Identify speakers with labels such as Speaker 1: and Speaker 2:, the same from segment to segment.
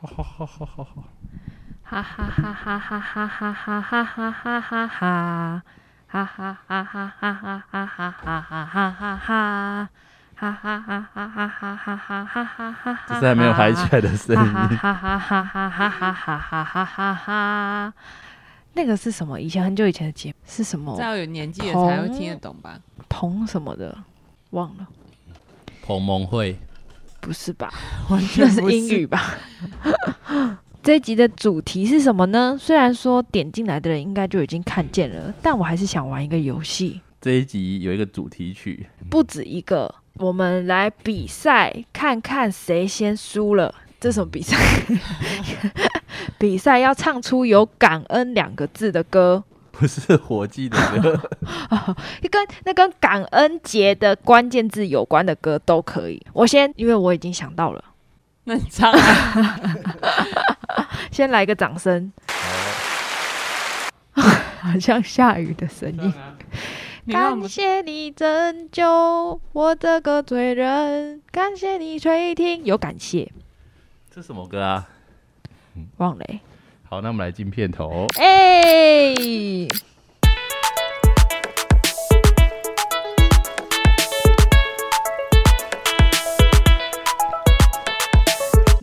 Speaker 1: 好好好好好好。
Speaker 2: 哈哈哈哈哈哈哈哈哈哈哈哈哈。哈哈哈哈哈哈哈哈哈哈哈哈哈。哈哈哈哈哈哈哈哈哈哈哈哈。
Speaker 1: 这是还没有嗨起来的声
Speaker 2: 哈哈
Speaker 1: 音。
Speaker 2: 哈哈哈哈哈哈哈哈哈哈哈。那个是什么？以前很久以前的节目是什么
Speaker 3: 这？要有年纪的才会听得懂吧？
Speaker 2: 彭什么的，忘了，
Speaker 4: 彭蒙会
Speaker 2: 不是 吧？
Speaker 3: 完
Speaker 2: 那
Speaker 3: 全
Speaker 2: 是
Speaker 3: 不
Speaker 2: 英语吧？ 这一集的主题是什么呢？虽然说点进来的人应该就已经看见了，但我还是想玩一个游戏，
Speaker 1: 这一集有一个主题曲，
Speaker 2: 不止一个。我们来比赛，看看谁先输了。这什么比赛？ 比赛要唱出有“感恩”两个字的歌，
Speaker 1: 不是火计的歌。
Speaker 2: 跟那跟感恩节的关键字有关的歌都可以。我先，因为我已经想到了，
Speaker 3: 那你唱 啊，
Speaker 2: 先来个掌声， 好像下雨的声音。
Speaker 3: 你让
Speaker 2: 感
Speaker 3: 我
Speaker 2: 谢你拯救我这个罪人，感谢你垂听。有感谢，
Speaker 1: 这什么歌啊？
Speaker 2: 忘了欸、
Speaker 1: 好，那我们来进片头。
Speaker 2: 哎、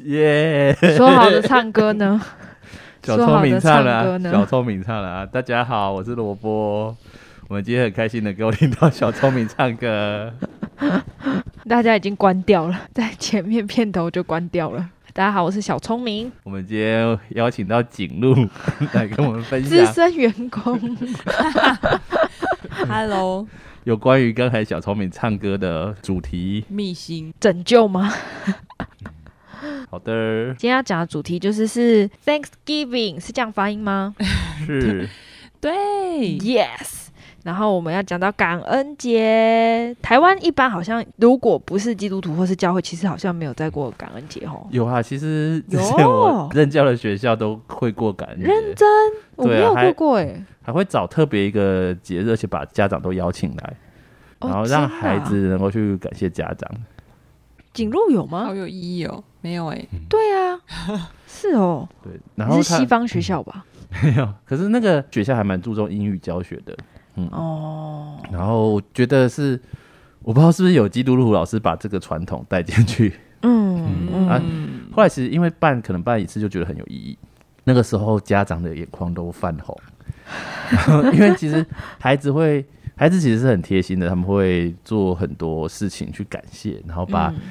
Speaker 1: 耶！
Speaker 2: 说好的唱歌呢？
Speaker 1: 小聪明唱了
Speaker 2: 说好的唱歌
Speaker 1: 啊，
Speaker 2: 呢
Speaker 1: 小聪明唱了啊！大家好，我是萝卜。我们今天很开心的给我听到小聪明唱歌。
Speaker 2: 大家已经关掉了，在前面片头就关掉了。大家好，我是小聪明，
Speaker 1: 我们今天邀请到景路来跟我们分
Speaker 2: 资
Speaker 1: 享
Speaker 2: 深员工。
Speaker 3: Hello
Speaker 1: 有关于刚才小聪明唱歌的主题。
Speaker 3: 密星，
Speaker 2: 拯救吗？
Speaker 1: 好的，
Speaker 2: 今天要讲的主题就是是 Thanksgiving，是这样发音吗
Speaker 1: 是
Speaker 3: 对，
Speaker 2: ？Yes。然后我们要讲到感恩节，台湾一般好像如果不是基督徒或是教会，其实好像没有在过感恩节吼。
Speaker 1: 有啊。其实之
Speaker 2: 有
Speaker 1: 前我任教的学校都会过感恩节，
Speaker 2: 认真，我没有
Speaker 1: 还
Speaker 2: 过过哎、
Speaker 1: 还会找特别一个节日，而且把家长都邀请来，
Speaker 2: 哦
Speaker 1: 然后让
Speaker 2: 真的啊
Speaker 1: 孩子能够去感谢家长。
Speaker 2: 景路有
Speaker 3: 好
Speaker 2: 吗？
Speaker 3: 有意义哦。没有哎，
Speaker 2: 对啊，是哦，
Speaker 1: 对，然
Speaker 2: 你
Speaker 1: 后
Speaker 2: 是
Speaker 1: 他
Speaker 2: 西方学校吧？
Speaker 1: 没有，可是那个学校还蛮注重英语教学的。嗯
Speaker 2: 哦，
Speaker 1: 然后我觉得是，我不知道是不是有基督徒老师把这个传统带进去。
Speaker 2: 嗯嗯，
Speaker 1: 啊
Speaker 3: 嗯，
Speaker 1: 后来其实因为办可能办一次就觉得很有意义，那个时候家长的眼眶都泛红， 然后因为其实孩子会。孩子其实是很贴心的，他们会做很多事情去感谢，然后把
Speaker 2: 嗯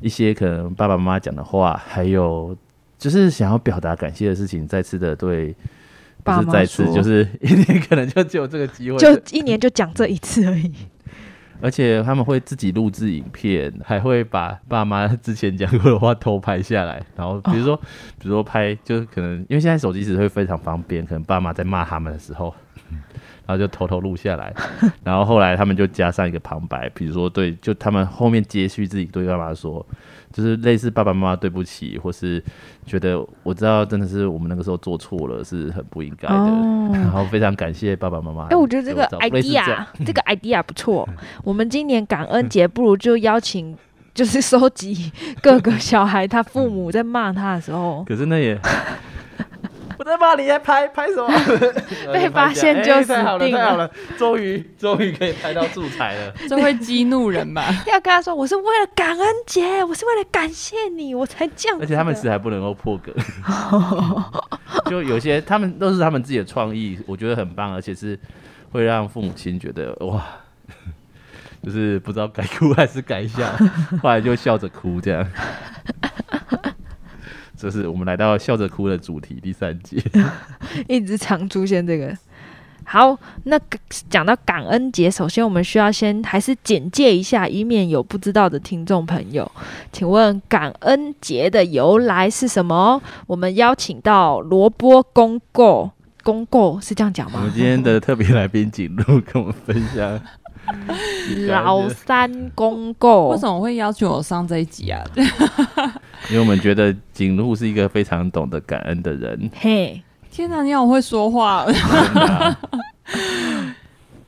Speaker 1: 一些可能爸爸妈妈讲的话，还有就是想要表达感谢的事情，再次的对，不
Speaker 2: 爸
Speaker 1: 是
Speaker 2: 妈
Speaker 1: 再次，
Speaker 2: 说
Speaker 1: 就是一年可能就只有这个机会，
Speaker 2: 就一年就讲这一次而已。
Speaker 1: 而且他们会自己录制影片，还会把爸妈之前讲过的话偷拍下来，然后比如
Speaker 2: 哦
Speaker 1: 说，比如说拍，就是可能因为现在手机只会非常方便，可能爸妈在骂他们的时候，然后就偷偷录下来，然后后来他们就加上一个旁白，比如说对，就他们后面接续自己对爸妈说，就是类似爸爸妈妈对不起，或是觉得我知道真的是我们那个时候做错了，是很不应该的。然
Speaker 2: 哦，
Speaker 1: 后非常感谢爸爸妈妈。
Speaker 2: 哎、我觉得这个
Speaker 1: 对我知道类似这样嗯
Speaker 2: idea 这个 idea 不错。我们今年感恩节不如就邀请， 就是收集各个小孩他父母在骂他的时候。
Speaker 1: 可是那也， 我在骂你，还拍拍 什么？
Speaker 2: 被发现就死定了
Speaker 1: 哎太好了，太好了，终于终于可以拍到素材了。
Speaker 3: 这会激怒人吧？
Speaker 2: 要跟他说，我是为了感恩节，我是为了感谢你，我才这样子 的。
Speaker 1: 而且他们其实还不能够破 梗，就有些他们都是他们自己的创意，我觉得很棒，而且是会让父母亲觉得哇。 就是不知道该哭还是该 笑，后来就笑着哭这样。这是我们来到笑着哭的主题第三 集。
Speaker 2: 一直常出现这个。好，那个讲到感恩节，首先我们需要先还是简介一下，以免有不知道的听众朋友。请问感恩节的由来是什么？我们邀请到萝卜公购，公购是这样讲
Speaker 1: 我们
Speaker 2: 吗？
Speaker 1: 今天的特别来宾景路跟我们分享一个
Speaker 2: 老三公购。
Speaker 3: 为什么会邀请我上这一集啊？
Speaker 1: 因为我们觉得景路是一个非常懂得感恩的人
Speaker 2: 嘿，
Speaker 3: 天哪，你好会说话。
Speaker 1: 真的啊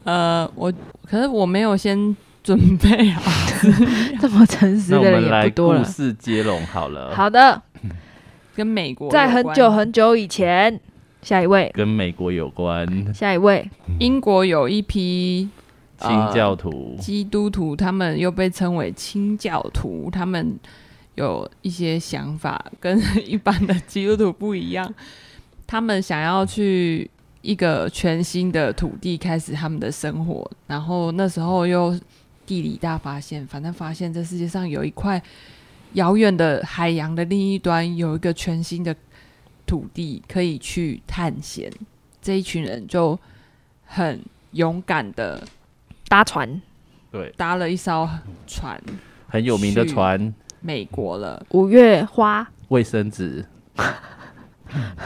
Speaker 3: 呃，我可是我没有先准备好，
Speaker 2: 这么诚实
Speaker 1: 那我
Speaker 2: 的人
Speaker 1: 们
Speaker 2: 也
Speaker 1: 来
Speaker 2: 不多
Speaker 1: 故
Speaker 2: 了。
Speaker 1: 事接龙好了。
Speaker 2: 好的，
Speaker 3: 跟美国有
Speaker 2: 在
Speaker 3: 关
Speaker 2: 很久很久以前，下一位，
Speaker 1: 跟美国有关，
Speaker 2: 下一位，
Speaker 3: 英国有一批
Speaker 2: 啊
Speaker 1: 清教徒，
Speaker 3: 基督徒，他们又被称为清教徒，他们有一些想法跟一般的基督徒不一样，他们想要去一个全新的土地开始他们的生活，然后那时候又地理大发现，反正发现这世界上有一块遥远的海洋的另一端有一个全新的土地可以去探险，这一群人就很勇敢的
Speaker 2: 搭船，
Speaker 1: 对，
Speaker 3: 搭了一艘船，
Speaker 1: 很有名的
Speaker 3: 去
Speaker 1: 船，
Speaker 3: 美国了
Speaker 2: 五月花，
Speaker 1: 卫生纸。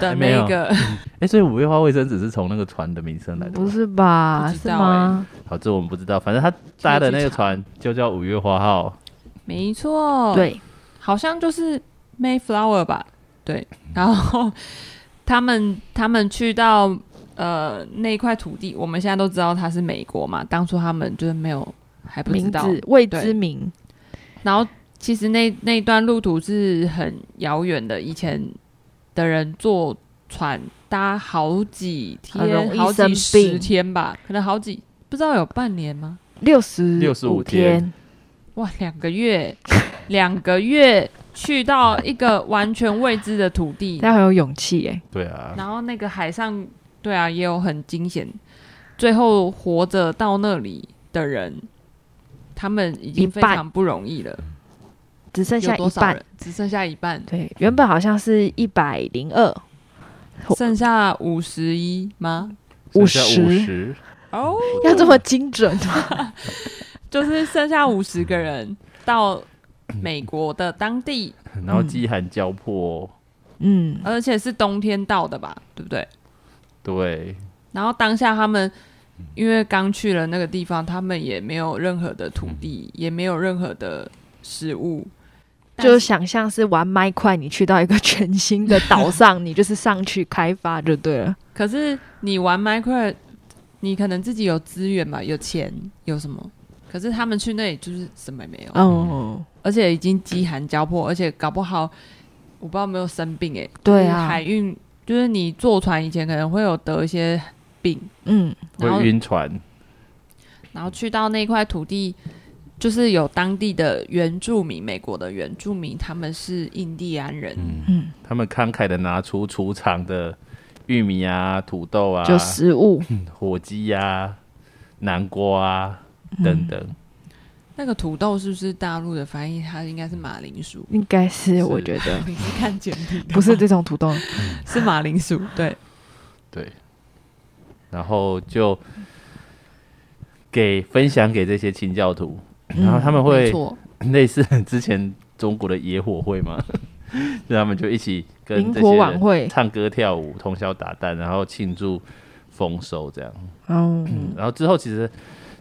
Speaker 3: 的
Speaker 1: 没有
Speaker 3: 那个，
Speaker 1: 哎、所以五月花卫生纸是从那个船的名称来的
Speaker 2: 不
Speaker 1: 吗。
Speaker 2: 是吧？
Speaker 3: 不知
Speaker 2: 是
Speaker 3: 道
Speaker 2: 吗？
Speaker 1: 好，这我们不知道，反正他搭的那个船就叫五月花号。
Speaker 3: 没
Speaker 1: 哦
Speaker 3: 错，，
Speaker 2: 对，
Speaker 3: 好像就是 Mayflower 吧，对。然后他们他们去到呃那块土地，我们现在都知道它是美国嘛，当初他们就是没有还不知
Speaker 2: 名
Speaker 3: 道，
Speaker 2: 字未知
Speaker 3: 对
Speaker 2: 名，
Speaker 3: 然后其实那那一段路途是很遥远的，以前的人坐船搭好几
Speaker 2: 很容
Speaker 3: 天，
Speaker 2: 易
Speaker 3: 好
Speaker 2: 生
Speaker 3: 几十
Speaker 2: 病
Speaker 3: 天吧，可能好几不知道有半年吗？
Speaker 2: 六十
Speaker 1: 65
Speaker 2: 天
Speaker 1: 天，
Speaker 3: 哇，两个月， 两个月去到一个完全未知的土地，
Speaker 2: 他很有勇气耶。
Speaker 1: 对啊，
Speaker 3: 然后那个海上，对啊，也有很惊险。最后活着到那里的人，他们已
Speaker 2: 一
Speaker 3: 经非
Speaker 2: 半
Speaker 3: 常不容易了。
Speaker 2: 只剩下
Speaker 3: 有
Speaker 2: 一
Speaker 3: 多少
Speaker 2: 半
Speaker 3: 人？，只剩下一半，
Speaker 2: 对，原本好像是一百零二，
Speaker 3: 剩下五十一吗？
Speaker 1: 剩下
Speaker 2: 50
Speaker 1: 五十，
Speaker 3: 哦，
Speaker 2: 要这么精准吗？
Speaker 3: 就是剩下五十个人到美国的当地，
Speaker 1: 然后饥寒交迫、
Speaker 2: 嗯，
Speaker 3: 而且是冬天到的吧，对不对？
Speaker 1: 对，
Speaker 2: 嗯
Speaker 3: 然后当下他们因为刚去了那个地方，他们也没有任何的土地，也没有任何的食物，但
Speaker 2: 就想象是玩麦块，你去到一个全新的岛上，你就是上去开发就对了。
Speaker 3: 可是你玩 Minecraft，你可能自己有资源嘛，有钱，有什么？可是他们去那里就是什么也没有，
Speaker 2: 哦，
Speaker 3: 而且已经饥寒交迫，而且搞不好我不知道有没有生病哎、欸，
Speaker 2: 对
Speaker 3: 就是
Speaker 2: 啊
Speaker 3: 海，运就是你坐船以前可能会有得一些病，
Speaker 2: 嗯，
Speaker 1: 会
Speaker 3: 然后
Speaker 1: 晕船，
Speaker 3: 然后去到那块土地，就是有当地的原住民，美国的原住民，他们是印第安人，
Speaker 1: 嗯
Speaker 2: 嗯
Speaker 1: 他们慷慨的拿出储藏的玉米啊、土豆啊、
Speaker 2: 就食物，
Speaker 1: 火鸡呀、南瓜啊等
Speaker 2: 嗯。
Speaker 1: 等，
Speaker 3: 那个土豆是不是大陆的翻译？它应该是马铃薯
Speaker 2: 应该是
Speaker 1: 是
Speaker 2: 我觉得
Speaker 3: 你是看简体的吗，
Speaker 2: 不是这种 土豆，
Speaker 3: 是马铃薯，对，
Speaker 1: 对，然后就给分享给这些清教徒，
Speaker 2: 嗯
Speaker 1: 然后他们
Speaker 3: 没
Speaker 1: 会
Speaker 3: 错，
Speaker 1: 类似之前中国的野火会吗？ 就他们就一起跟
Speaker 2: 灵
Speaker 1: 这
Speaker 2: 活
Speaker 1: 些
Speaker 2: 晚
Speaker 1: 人
Speaker 2: 会，
Speaker 1: 唱歌跳舞，通宵达旦，然后庆祝丰收这样。
Speaker 2: 哦，
Speaker 1: 然后之后其实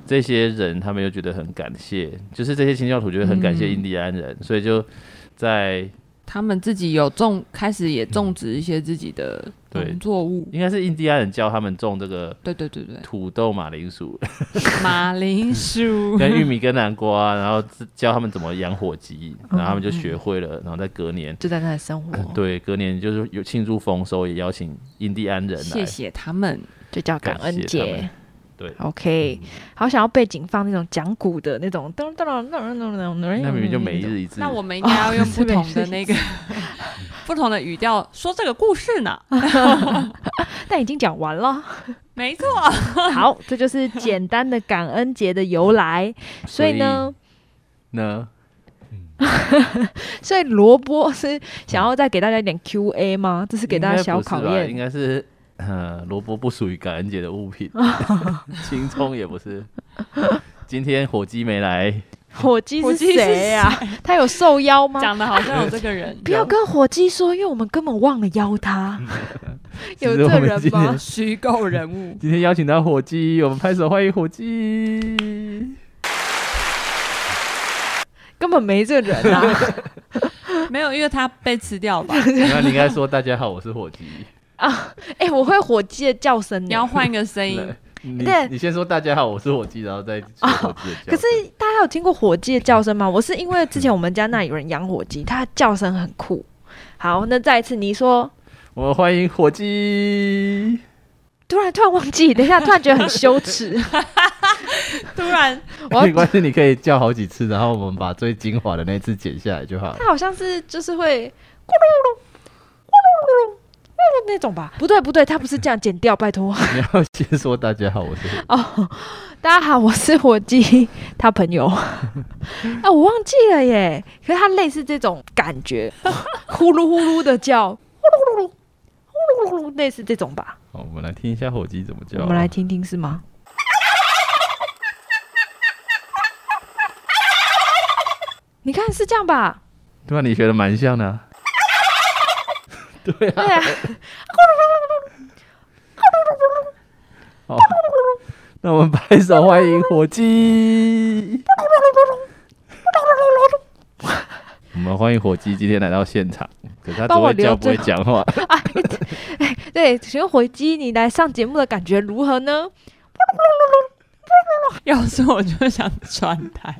Speaker 1: 这些人他们又觉得很感谢，就是这些清教徒觉得很感
Speaker 2: 嗯
Speaker 1: 谢印第安人，所以就在
Speaker 3: 他们自己有种，开始也种植一些自己的
Speaker 1: 对
Speaker 3: 农作物，
Speaker 1: 应该是印第安人教他们种这个
Speaker 3: 对对对对，
Speaker 1: 土豆、马铃薯、
Speaker 3: 马铃 薯，
Speaker 1: 跟玉米、跟南瓜，然后教他们怎么养火鸡，然后他们
Speaker 2: 嗯
Speaker 1: 就学会了，然后在隔年。
Speaker 2: 就在那里生活，
Speaker 1: 呃对，隔年就是有庆祝丰收，也邀请印第安人来
Speaker 3: 谢。谢他们，
Speaker 2: 就叫感恩
Speaker 1: 感谢他
Speaker 2: 节
Speaker 1: 们。对
Speaker 2: OK，好想要背景放那种讲古的那种噔噔噔噔噔噔噔，
Speaker 1: 那明明就每日一字，
Speaker 3: 那我们应该要用不同的 那个不同的语调说这个故事呢，
Speaker 2: 但已经讲完了。
Speaker 3: 没错，
Speaker 2: 好，这就是简单的感恩节的由来。所以呢，
Speaker 1: 呢，
Speaker 2: 所以萝卜是想要再给大家一点 Q&A 吗？这是给大家小考
Speaker 1: 应该不是吧应
Speaker 2: 验。
Speaker 1: 该是呃，萝卜不属于感恩节的物 品，青葱也不是。今天火鸡没来，
Speaker 2: 火鸡
Speaker 3: 火
Speaker 2: 是
Speaker 3: 鸡是
Speaker 2: 谁呀、他有受邀吗？
Speaker 3: 讲的好像有这个人，
Speaker 2: 不要跟火鸡说，因为我们根本忘了邀他。有
Speaker 1: 其实我
Speaker 2: 这
Speaker 1: 们
Speaker 2: 人
Speaker 1: 今
Speaker 2: 吗
Speaker 1: 天？
Speaker 3: 虚构人物，
Speaker 1: 今天邀请到火鸡，我们拍手欢迎火鸡。
Speaker 2: 根本没这人啊！
Speaker 3: 没有，因为他被吃掉 了吧，
Speaker 1: 那你应该说大家好，我是火鸡。
Speaker 2: 哎、我会火鸡的叫声呢
Speaker 3: 你。要换一个声音，
Speaker 1: 来你
Speaker 2: 对
Speaker 1: 你先说大家好，我是火鸡，然后再说火鸡的叫。
Speaker 2: 哦可是大家有听过火鸡的叫声吗？我是因为之前我们家那里有人养火鸡，它的叫声很酷，好，那再一次你说，
Speaker 1: 我们欢迎火鸡。
Speaker 2: 突然突然忘记，等一下突然觉得很羞耻，
Speaker 3: 突然
Speaker 2: 我
Speaker 1: 没关系，你可以叫好几次，然后我们把最精华的那一次剪下来就好了。
Speaker 2: 它好像是就是会咕噜噜噜噜噜噜噜那种吧？不对不对，它不是这样剪掉，拜托。
Speaker 1: 你要先说大家好，我是
Speaker 2: 哦，大家好，我是火鸡，他朋友。 啊，我忘记了耶。可是它类似这种感觉，呼噜呼噜的叫，呼噜呼噜，呼噜呼噜，类似这种吧。
Speaker 1: 好，我们来听一下火鸡怎么叫。啊
Speaker 2: 我们来，听听是吗？ 你看是这样吧？
Speaker 1: 对啊，你学的蛮像的啊、 对
Speaker 2: 对
Speaker 1: 啊，
Speaker 2: 啊，
Speaker 1: 好，那我们拍手欢迎火鸡。 我们欢迎火鸡今天来到现场，可是他只
Speaker 2: 帮我
Speaker 1: 会
Speaker 2: 留
Speaker 1: 叫不会
Speaker 2: 最后
Speaker 1: 讲话。
Speaker 2: 哎对，请问回击你来上节目的感觉如何呢？
Speaker 3: 要是我就想转台，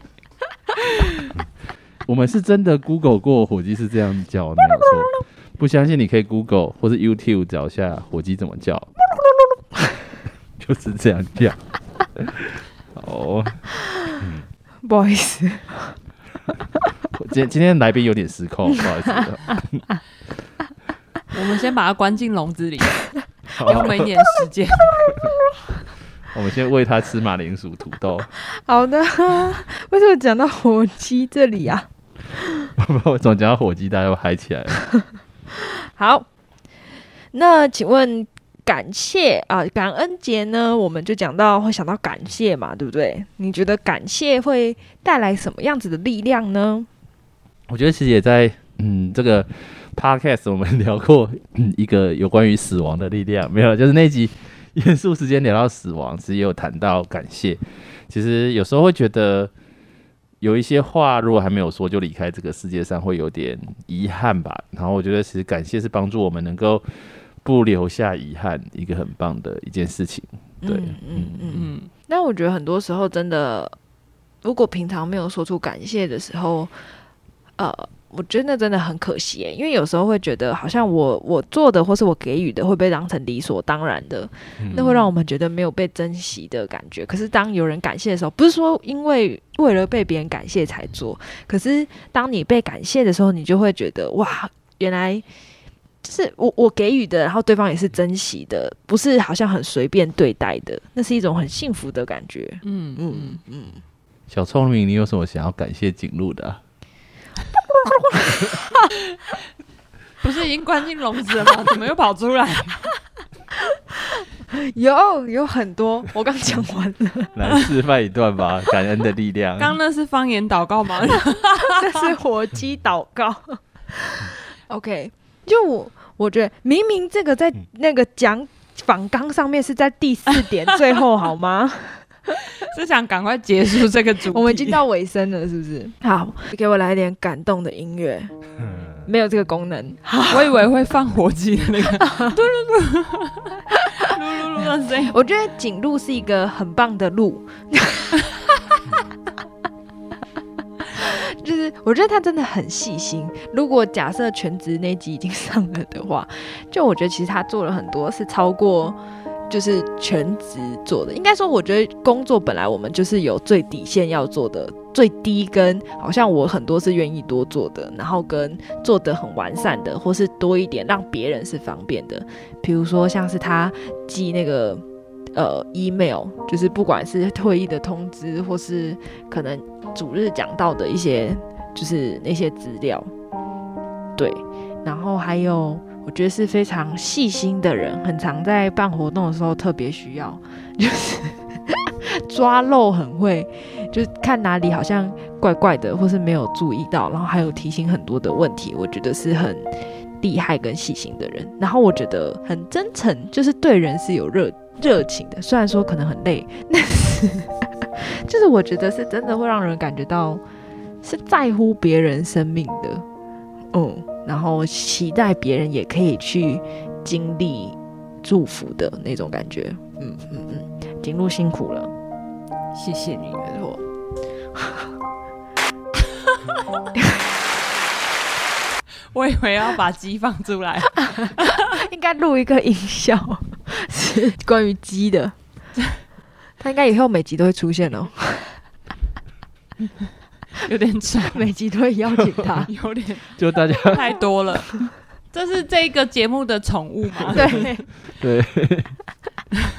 Speaker 1: 我们是真的 Google 过火鸡是这样叫， 没有错。不相信你可以 Google 或是 YouTube 找一下火鸡怎么叫， 就是这样叫。哦，
Speaker 2: 不好意思，
Speaker 1: 今今天来宾有点失控，不 好意思。
Speaker 3: 我们先把它关进笼 子里，
Speaker 1: 好
Speaker 3: 给我们一点时间。
Speaker 1: 我们先喂它吃马铃薯、土豆。
Speaker 2: 好的。 为什么讲到火鸡这里啊？
Speaker 1: 我总讲到火鸡，大家都嗨起来了。
Speaker 2: 好，那请问感谢啊、感恩节呢，我们就讲到会想到感谢嘛，对不对？你觉得感谢会带来什么样子的力量呢？
Speaker 1: 我觉得其实也在嗯这个 podcast 我们聊过、嗯、一个有关于死亡的力量，没有，就是那集 严肃时间聊到死亡，其实也有谈到感谢。其实有时候会觉得有一些话如果还没有说就离开这个世界上，会有点遗憾吧。然后我觉得其实感谢是帮助我们能够不留下遗憾，一个很棒的一件事情。对
Speaker 2: 嗯嗯嗯。
Speaker 3: 嗯，
Speaker 2: 那我觉得很多时候真的，如果平常没有说出感谢的时候，呃，我觉得那真的很可惜耶，因为有时候会觉得好像我我做的或是我给予的会被当成理所当然的，那会让我们觉得没有被珍惜的感觉。可是当有人感谢的时候，不是说因为为了被别人感谢才做，可是当你被感谢的时候，你就会觉得哇，原来。就是我我给予的，然后对方也是珍惜的，不是好像很随便对待的，那是一种很幸福的感觉。
Speaker 3: 嗯
Speaker 2: 嗯
Speaker 3: 嗯
Speaker 2: 嗯，
Speaker 1: 小聪明，你有什么想要感谢景路的啊、
Speaker 3: 不是已经关进笼子了吗？ 怎么又跑出来？
Speaker 2: 有有很多，我刚讲完了，
Speaker 1: 来示范一段吧，感恩的力量。
Speaker 3: 刚那是方言祷告吗？
Speaker 2: 这是火鸡祷告。OK，就我我觉得明明这个在那个讲访纲上面是在第四点最后好吗？
Speaker 3: 是想赶快结束这个主题。
Speaker 2: 我们已经到尾声了，是不是？好，给我来一点感动的音乐，没有这个功能。
Speaker 3: 我以为会放火鸡的那个， 嘟噜噜，噜噜噜的声音。
Speaker 2: 我觉得景路是一个很棒的路， 就是我觉得他真的很细心。如果假设全职那集已经上了的话，就我觉得其实他做了很多是超过。就是全职做的，应该说，我觉得工作本来我们就是有最底线要做的，最低跟好像我很多是愿意多做的，然后跟做的很完善的，或是多一点让别人是方便的，比如说像是他寄那个呃 email，就是不管是会议的通知，或是可能主日讲到的一些就是那些资料，对，然后还有我觉得是非常细心的人，很常在办活动的时候特别需要，就是 抓漏很会，就是看哪里好像怪怪的，或是没有注意到，然后还有提醒很多的问题，我觉得是很厉害跟细心的人。然后我觉得很真诚，就是对人是有热热情的，虽然说可能很累， 但是就是我觉得是真的会让人感觉到是在乎别人生命的，嗯，然后期待别人也可以去经历祝福的那种感觉，嗯嗯嗯，景路辛苦了，
Speaker 3: 谢谢你，
Speaker 2: 没错。
Speaker 3: 我以为要把鸡放出来，
Speaker 2: 应该录一个音效， 是关于鸡 的。它应该以后每集都会出现哦，
Speaker 3: 有点长，
Speaker 2: 每集都会邀请它。
Speaker 3: 有点
Speaker 1: 就大家
Speaker 3: 太多了。这是这个节目的宠物吗？
Speaker 2: 对
Speaker 1: 对，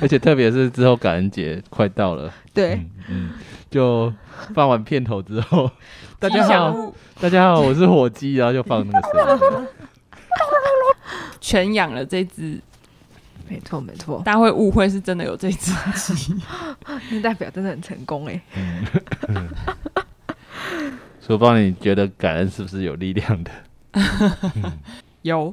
Speaker 1: 而且特别是之后感恩节快到了，
Speaker 2: 对，
Speaker 1: 嗯，就放完片头之后， 大
Speaker 3: 吉
Speaker 1: 家
Speaker 3: 祥
Speaker 1: 好，
Speaker 3: 物
Speaker 1: 大家好，我是火鸡，然后就放 那个声音，
Speaker 3: 全养了这只，
Speaker 2: 没错没错，
Speaker 3: 大家会误会是真的有这只。
Speaker 2: 那代表真的很成功哎。
Speaker 1: 所以帮你觉得感恩是不是有力量的？
Speaker 3: 有，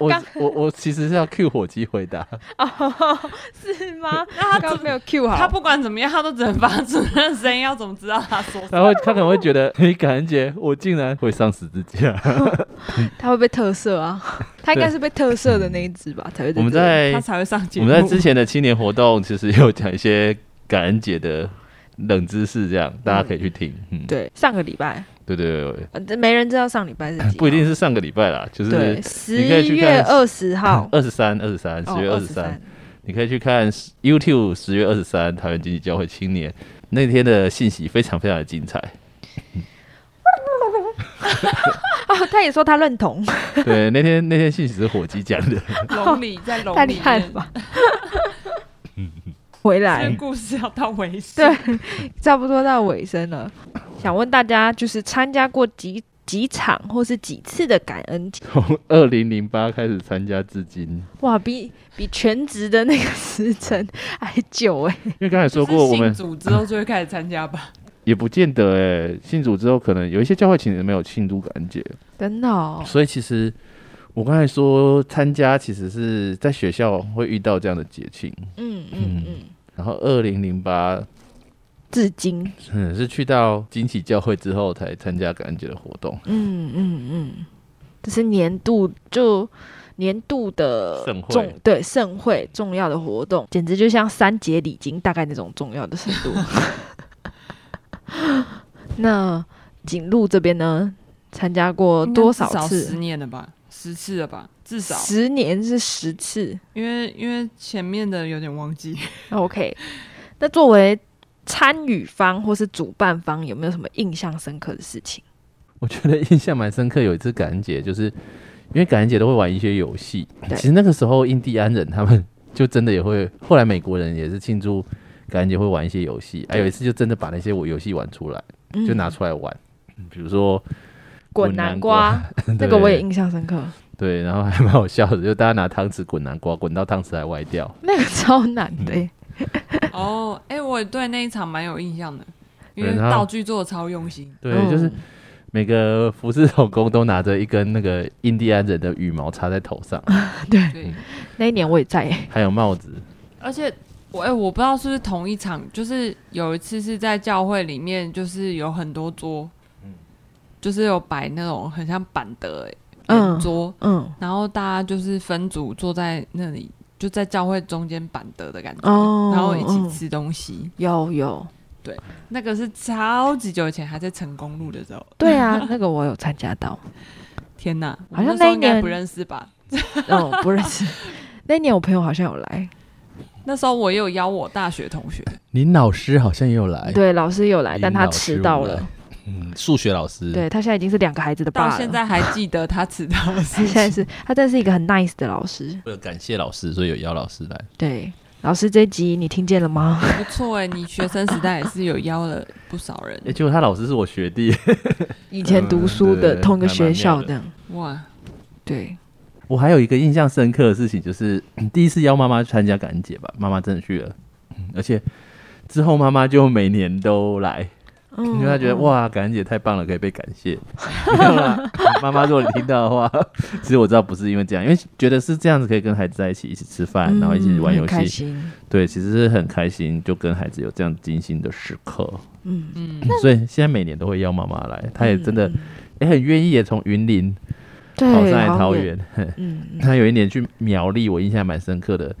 Speaker 1: 我我
Speaker 2: 刚
Speaker 1: 我我其实是要 Q 火鸡回 答，
Speaker 2: 哦， 是吗？ 那他刚刚没有 Q 好，
Speaker 3: 他不管怎么样，他都只能发出那声音，要怎么知道他说什么？
Speaker 1: 他会他可能会觉得，嘿，感恩节我竟然会上十字架。
Speaker 2: 他会被特色啊，他应该是被特色的那一只吧，才会
Speaker 1: 嗯我们
Speaker 2: 这里
Speaker 1: 在
Speaker 3: 他才会上节
Speaker 1: 哎我
Speaker 3: 目。
Speaker 1: 们在之前的青年活动，其实有讲一些感恩节的冷知识，这样大家可以去听。嗯，
Speaker 2: 对上个礼拜，
Speaker 1: 对对对
Speaker 2: 呃这没人知道上礼拜是几
Speaker 1: 对，
Speaker 2: 号，
Speaker 1: 不一定是上个礼拜啦，就是
Speaker 2: 对，十
Speaker 1: 你可以
Speaker 2: 一
Speaker 1: 去看
Speaker 2: 月二十号，
Speaker 1: 二十三、二十三，十月
Speaker 2: 哦
Speaker 1: 二十三，，你可以去看 YouTube 十月二十三桃园经济教会青年那天的信息，非常非常的精彩。
Speaker 2: 哦，他也说他认同，
Speaker 1: 对，那天那天信息是火鸡讲的，
Speaker 3: 笼里，在笼
Speaker 2: 太
Speaker 3: 里
Speaker 2: 厉害了
Speaker 3: 面。
Speaker 2: 吧！ 回
Speaker 3: 这
Speaker 2: 来
Speaker 3: 个，故事要到尾声。
Speaker 2: 对，差不多到尾声了，想问大家，就是参加过几几场或是几次的感恩节？
Speaker 1: 从二零零八开始参加至今。
Speaker 2: 哇，比比全职的那个时辰还久哎、
Speaker 1: 因为刚才说过，我们
Speaker 3: 是信主之后就会开始参加吧。
Speaker 1: 也不见得哎、信主之后可能有一些教会其实没有庆祝感恩节，
Speaker 2: 真的哦，
Speaker 1: 所以其实我刚才说参加其实是在学校会遇到这样的节庆，
Speaker 2: 嗯嗯嗯，
Speaker 1: 然后二零零八
Speaker 2: 至今，
Speaker 1: 嗯是去到惊喜教会之后才参加感恩节的活动
Speaker 2: 嗯嗯嗯，这是年度就年度的
Speaker 1: 盛会
Speaker 2: 重对盛会重要的活动，简直就像三节礼金大概那种重要的程度。 那景路这边呢，参加过 多少
Speaker 3: 至十
Speaker 2: 次？
Speaker 3: 年了吧，十次了吧，至少。
Speaker 2: 十年是十次。
Speaker 3: 因为因为前面的有点忘记，
Speaker 2: OK，那作为参与方或是主办方，有没有什么印象深刻的事情？
Speaker 1: 我觉得印象蛮深刻，有一次感恩节就是因为感恩节都会玩一些游戏，
Speaker 2: 对
Speaker 1: 其实那个时候印第安人他们 就真的也会，后来美国人也是庆祝感恩节会玩一些游戏，啊还、有一次就真的把那些我游戏玩出来，
Speaker 2: 嗯
Speaker 1: 就拿出来玩，比如说
Speaker 2: 滚南瓜， 这
Speaker 1: 对
Speaker 2: 个我也印象深刻，
Speaker 1: 对，然后还蛮好笑的，就大家拿汤匙滚南瓜，滚到汤匙还歪掉。
Speaker 2: 那个超难
Speaker 1: 嗯
Speaker 2: 的、欸。
Speaker 3: 哦，哎、我对那一场蛮有印象的，因为
Speaker 1: 对然后
Speaker 3: 道具做的超 用心，
Speaker 1: 对，
Speaker 2: 嗯
Speaker 1: 就是每个服侍童工都拿着一根那个印第安人的羽毛插在头 上，
Speaker 3: 对，
Speaker 2: 那一年我也在、欸，
Speaker 1: 还有帽子。
Speaker 3: 而且我哎、我不知道是不是同一场，就是有一次是在教会里面，就是有很多桌，就是有摆那种很像板的、欸、
Speaker 2: 嗯
Speaker 3: 圆桌，
Speaker 2: 嗯，
Speaker 3: 然后大家就是分组坐在那里，就在教会中间板的的感觉，
Speaker 2: 哦
Speaker 3: 然后一起
Speaker 2: 嗯
Speaker 3: 吃东西，
Speaker 2: 有有，
Speaker 3: 那个是超级久以前还在成功路的时候，
Speaker 2: 对 啊，那个我有参加到，
Speaker 3: 天哪，我
Speaker 2: 好像
Speaker 3: 那时候
Speaker 2: 那一
Speaker 3: 应该
Speaker 2: 年
Speaker 3: 不认识吧？
Speaker 2: 嗯，不认 识。那一年我朋友好像有来，
Speaker 3: 那时候我也有邀我大学同学，
Speaker 4: 林老师好像也有
Speaker 1: 哎
Speaker 4: 来，
Speaker 2: 对，老师有来，但他
Speaker 4: 林老师
Speaker 2: 迟到
Speaker 4: 有来
Speaker 2: 了。
Speaker 4: 嗯，数学老师，
Speaker 2: 对他现在已经是两个孩子的爸
Speaker 3: 到
Speaker 2: 了，
Speaker 3: 现在还记得他迟到的
Speaker 2: 他
Speaker 3: 事
Speaker 2: 现在
Speaker 3: 情。
Speaker 2: 是他真的是一个很 nice 的老师。
Speaker 4: 为了感谢老师，所以有邀老师来。
Speaker 2: 对，老师这一集你听见了吗？
Speaker 3: 不错哎、你学生时代也是有邀了不少人
Speaker 1: 哎、 结果他老师是我学弟，
Speaker 2: 以前读书的
Speaker 1: 嗯对
Speaker 2: 同一个
Speaker 1: 还蛮
Speaker 2: 学
Speaker 1: 妙
Speaker 2: 校
Speaker 1: 的
Speaker 2: 这样，
Speaker 3: 哇！
Speaker 2: 对，
Speaker 1: 我还有一个印象深刻的事情，就是 第一次邀妈妈参加感恩节吧，妈妈真的去了，嗯而且之后妈妈就每年都来，
Speaker 2: 嗯
Speaker 1: 因为她觉得，哇，感恩节太棒了，可以被感谢。 没有啦妈妈，如果你听到的话， 其实我知道不是因为这样，因为觉得是这样子可以跟孩子在一起，一起吃饭，然后一起玩游
Speaker 2: 嗯很开
Speaker 1: 戏，
Speaker 2: 心，
Speaker 1: 对，其实是很开心，就跟孩子有这样精心的时刻。
Speaker 2: 嗯，
Speaker 3: 嗯，
Speaker 1: 所以现在每年都会邀妈妈来，她也真的
Speaker 2: 嗯
Speaker 1: 也、很愿意，也从云林
Speaker 2: 对，
Speaker 1: 跑上来
Speaker 2: 好
Speaker 1: 桃
Speaker 2: 远，
Speaker 1: 园。
Speaker 2: 嗯，嗯
Speaker 1: 他有一年去苗栗，我印象蛮深刻的，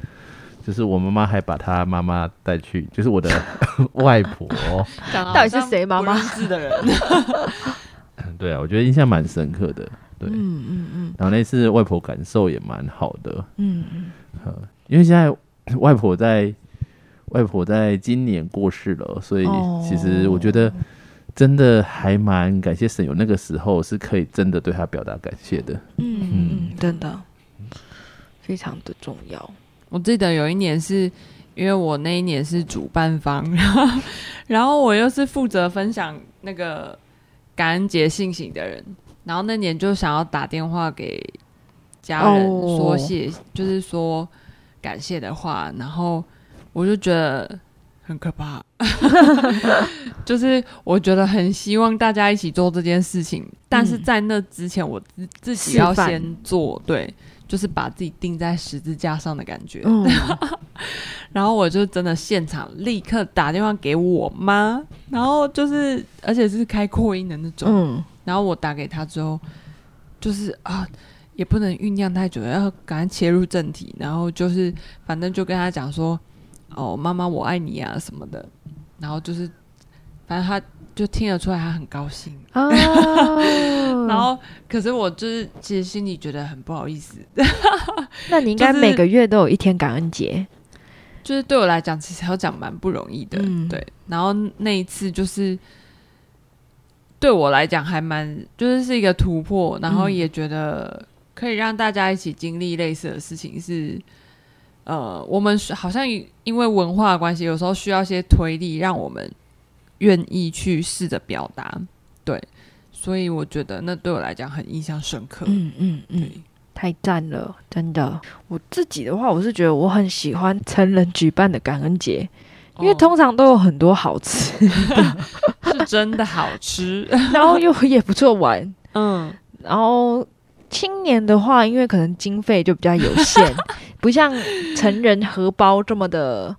Speaker 1: 就是我妈妈还把她妈妈带去，就是我的 外婆，
Speaker 3: 讲得好
Speaker 2: 到底是
Speaker 3: 像
Speaker 2: 谁妈妈
Speaker 3: 不认识的人？
Speaker 1: 对啊，我觉得印象蛮深刻的。对，
Speaker 2: 嗯嗯嗯
Speaker 1: 然后那次外婆感受也蛮好的，
Speaker 2: 嗯嗯，
Speaker 1: 因为现在 外婆在外婆在今年过世了，所以
Speaker 2: 哦
Speaker 1: 其实我觉得真的还蛮感谢神，有那个时候是可以真的对她表达感谢的。
Speaker 2: 嗯嗯，真的非常的重要。
Speaker 3: 我记得有一年是因为我那一年是主办方，然后然后我又是负责分享那个感恩节信息的人，然后那年就想要打电话给家人
Speaker 2: 哦
Speaker 3: 说谢就是说感谢的话，然后我就觉得很可怕， 就是我觉得很希望大家一起做这件事情，但是在那之前我自自
Speaker 2: 嗯
Speaker 3: 己
Speaker 2: 示
Speaker 3: 要
Speaker 2: 范
Speaker 3: 先做，对，就是把自己钉在十字架上的感觉，
Speaker 2: 嗯，
Speaker 3: 然后我就真的现场立刻打电话给我妈，然后就是而且是开扩音的那种，
Speaker 2: 嗯，
Speaker 3: 然后我打给她之后，就是啊也不能酝酿太久，要赶快切入正题，然后就是反正就跟她讲说，哦妈妈我爱你啊什么的，然后就是反正她就听得出来她很高兴，
Speaker 2: 啊，嗯
Speaker 3: 然后可是我就是其实心里觉得很不好意思，
Speaker 2: 那你应该
Speaker 3: 就是
Speaker 2: 每个月都有一天感恩节，
Speaker 3: 就是对我来讲，其实要讲蛮不容易的，
Speaker 2: 嗯
Speaker 3: 对。然后那一次就是对我来讲还蛮，就是是一个突破，然后
Speaker 2: 嗯
Speaker 3: 也觉得可以让大家一起经历类似的事情是，呃，我们是好像因为文化的关系，有时候需要一些推力，让我们愿意去试着表达，对。所以我觉得那对我来讲很印象深刻，
Speaker 2: 嗯嗯嗯，
Speaker 3: 对，
Speaker 2: 太赞了，真的。我自己的话，我是觉得我很喜欢成人举办的感恩节，因为
Speaker 3: 哦
Speaker 2: 通常都有很多好吃，
Speaker 3: 是真的好吃，
Speaker 2: 然后又也不错玩，
Speaker 3: 嗯，
Speaker 2: 然后青年的话，因为可能经费就比较有限，不像成人荷包这么的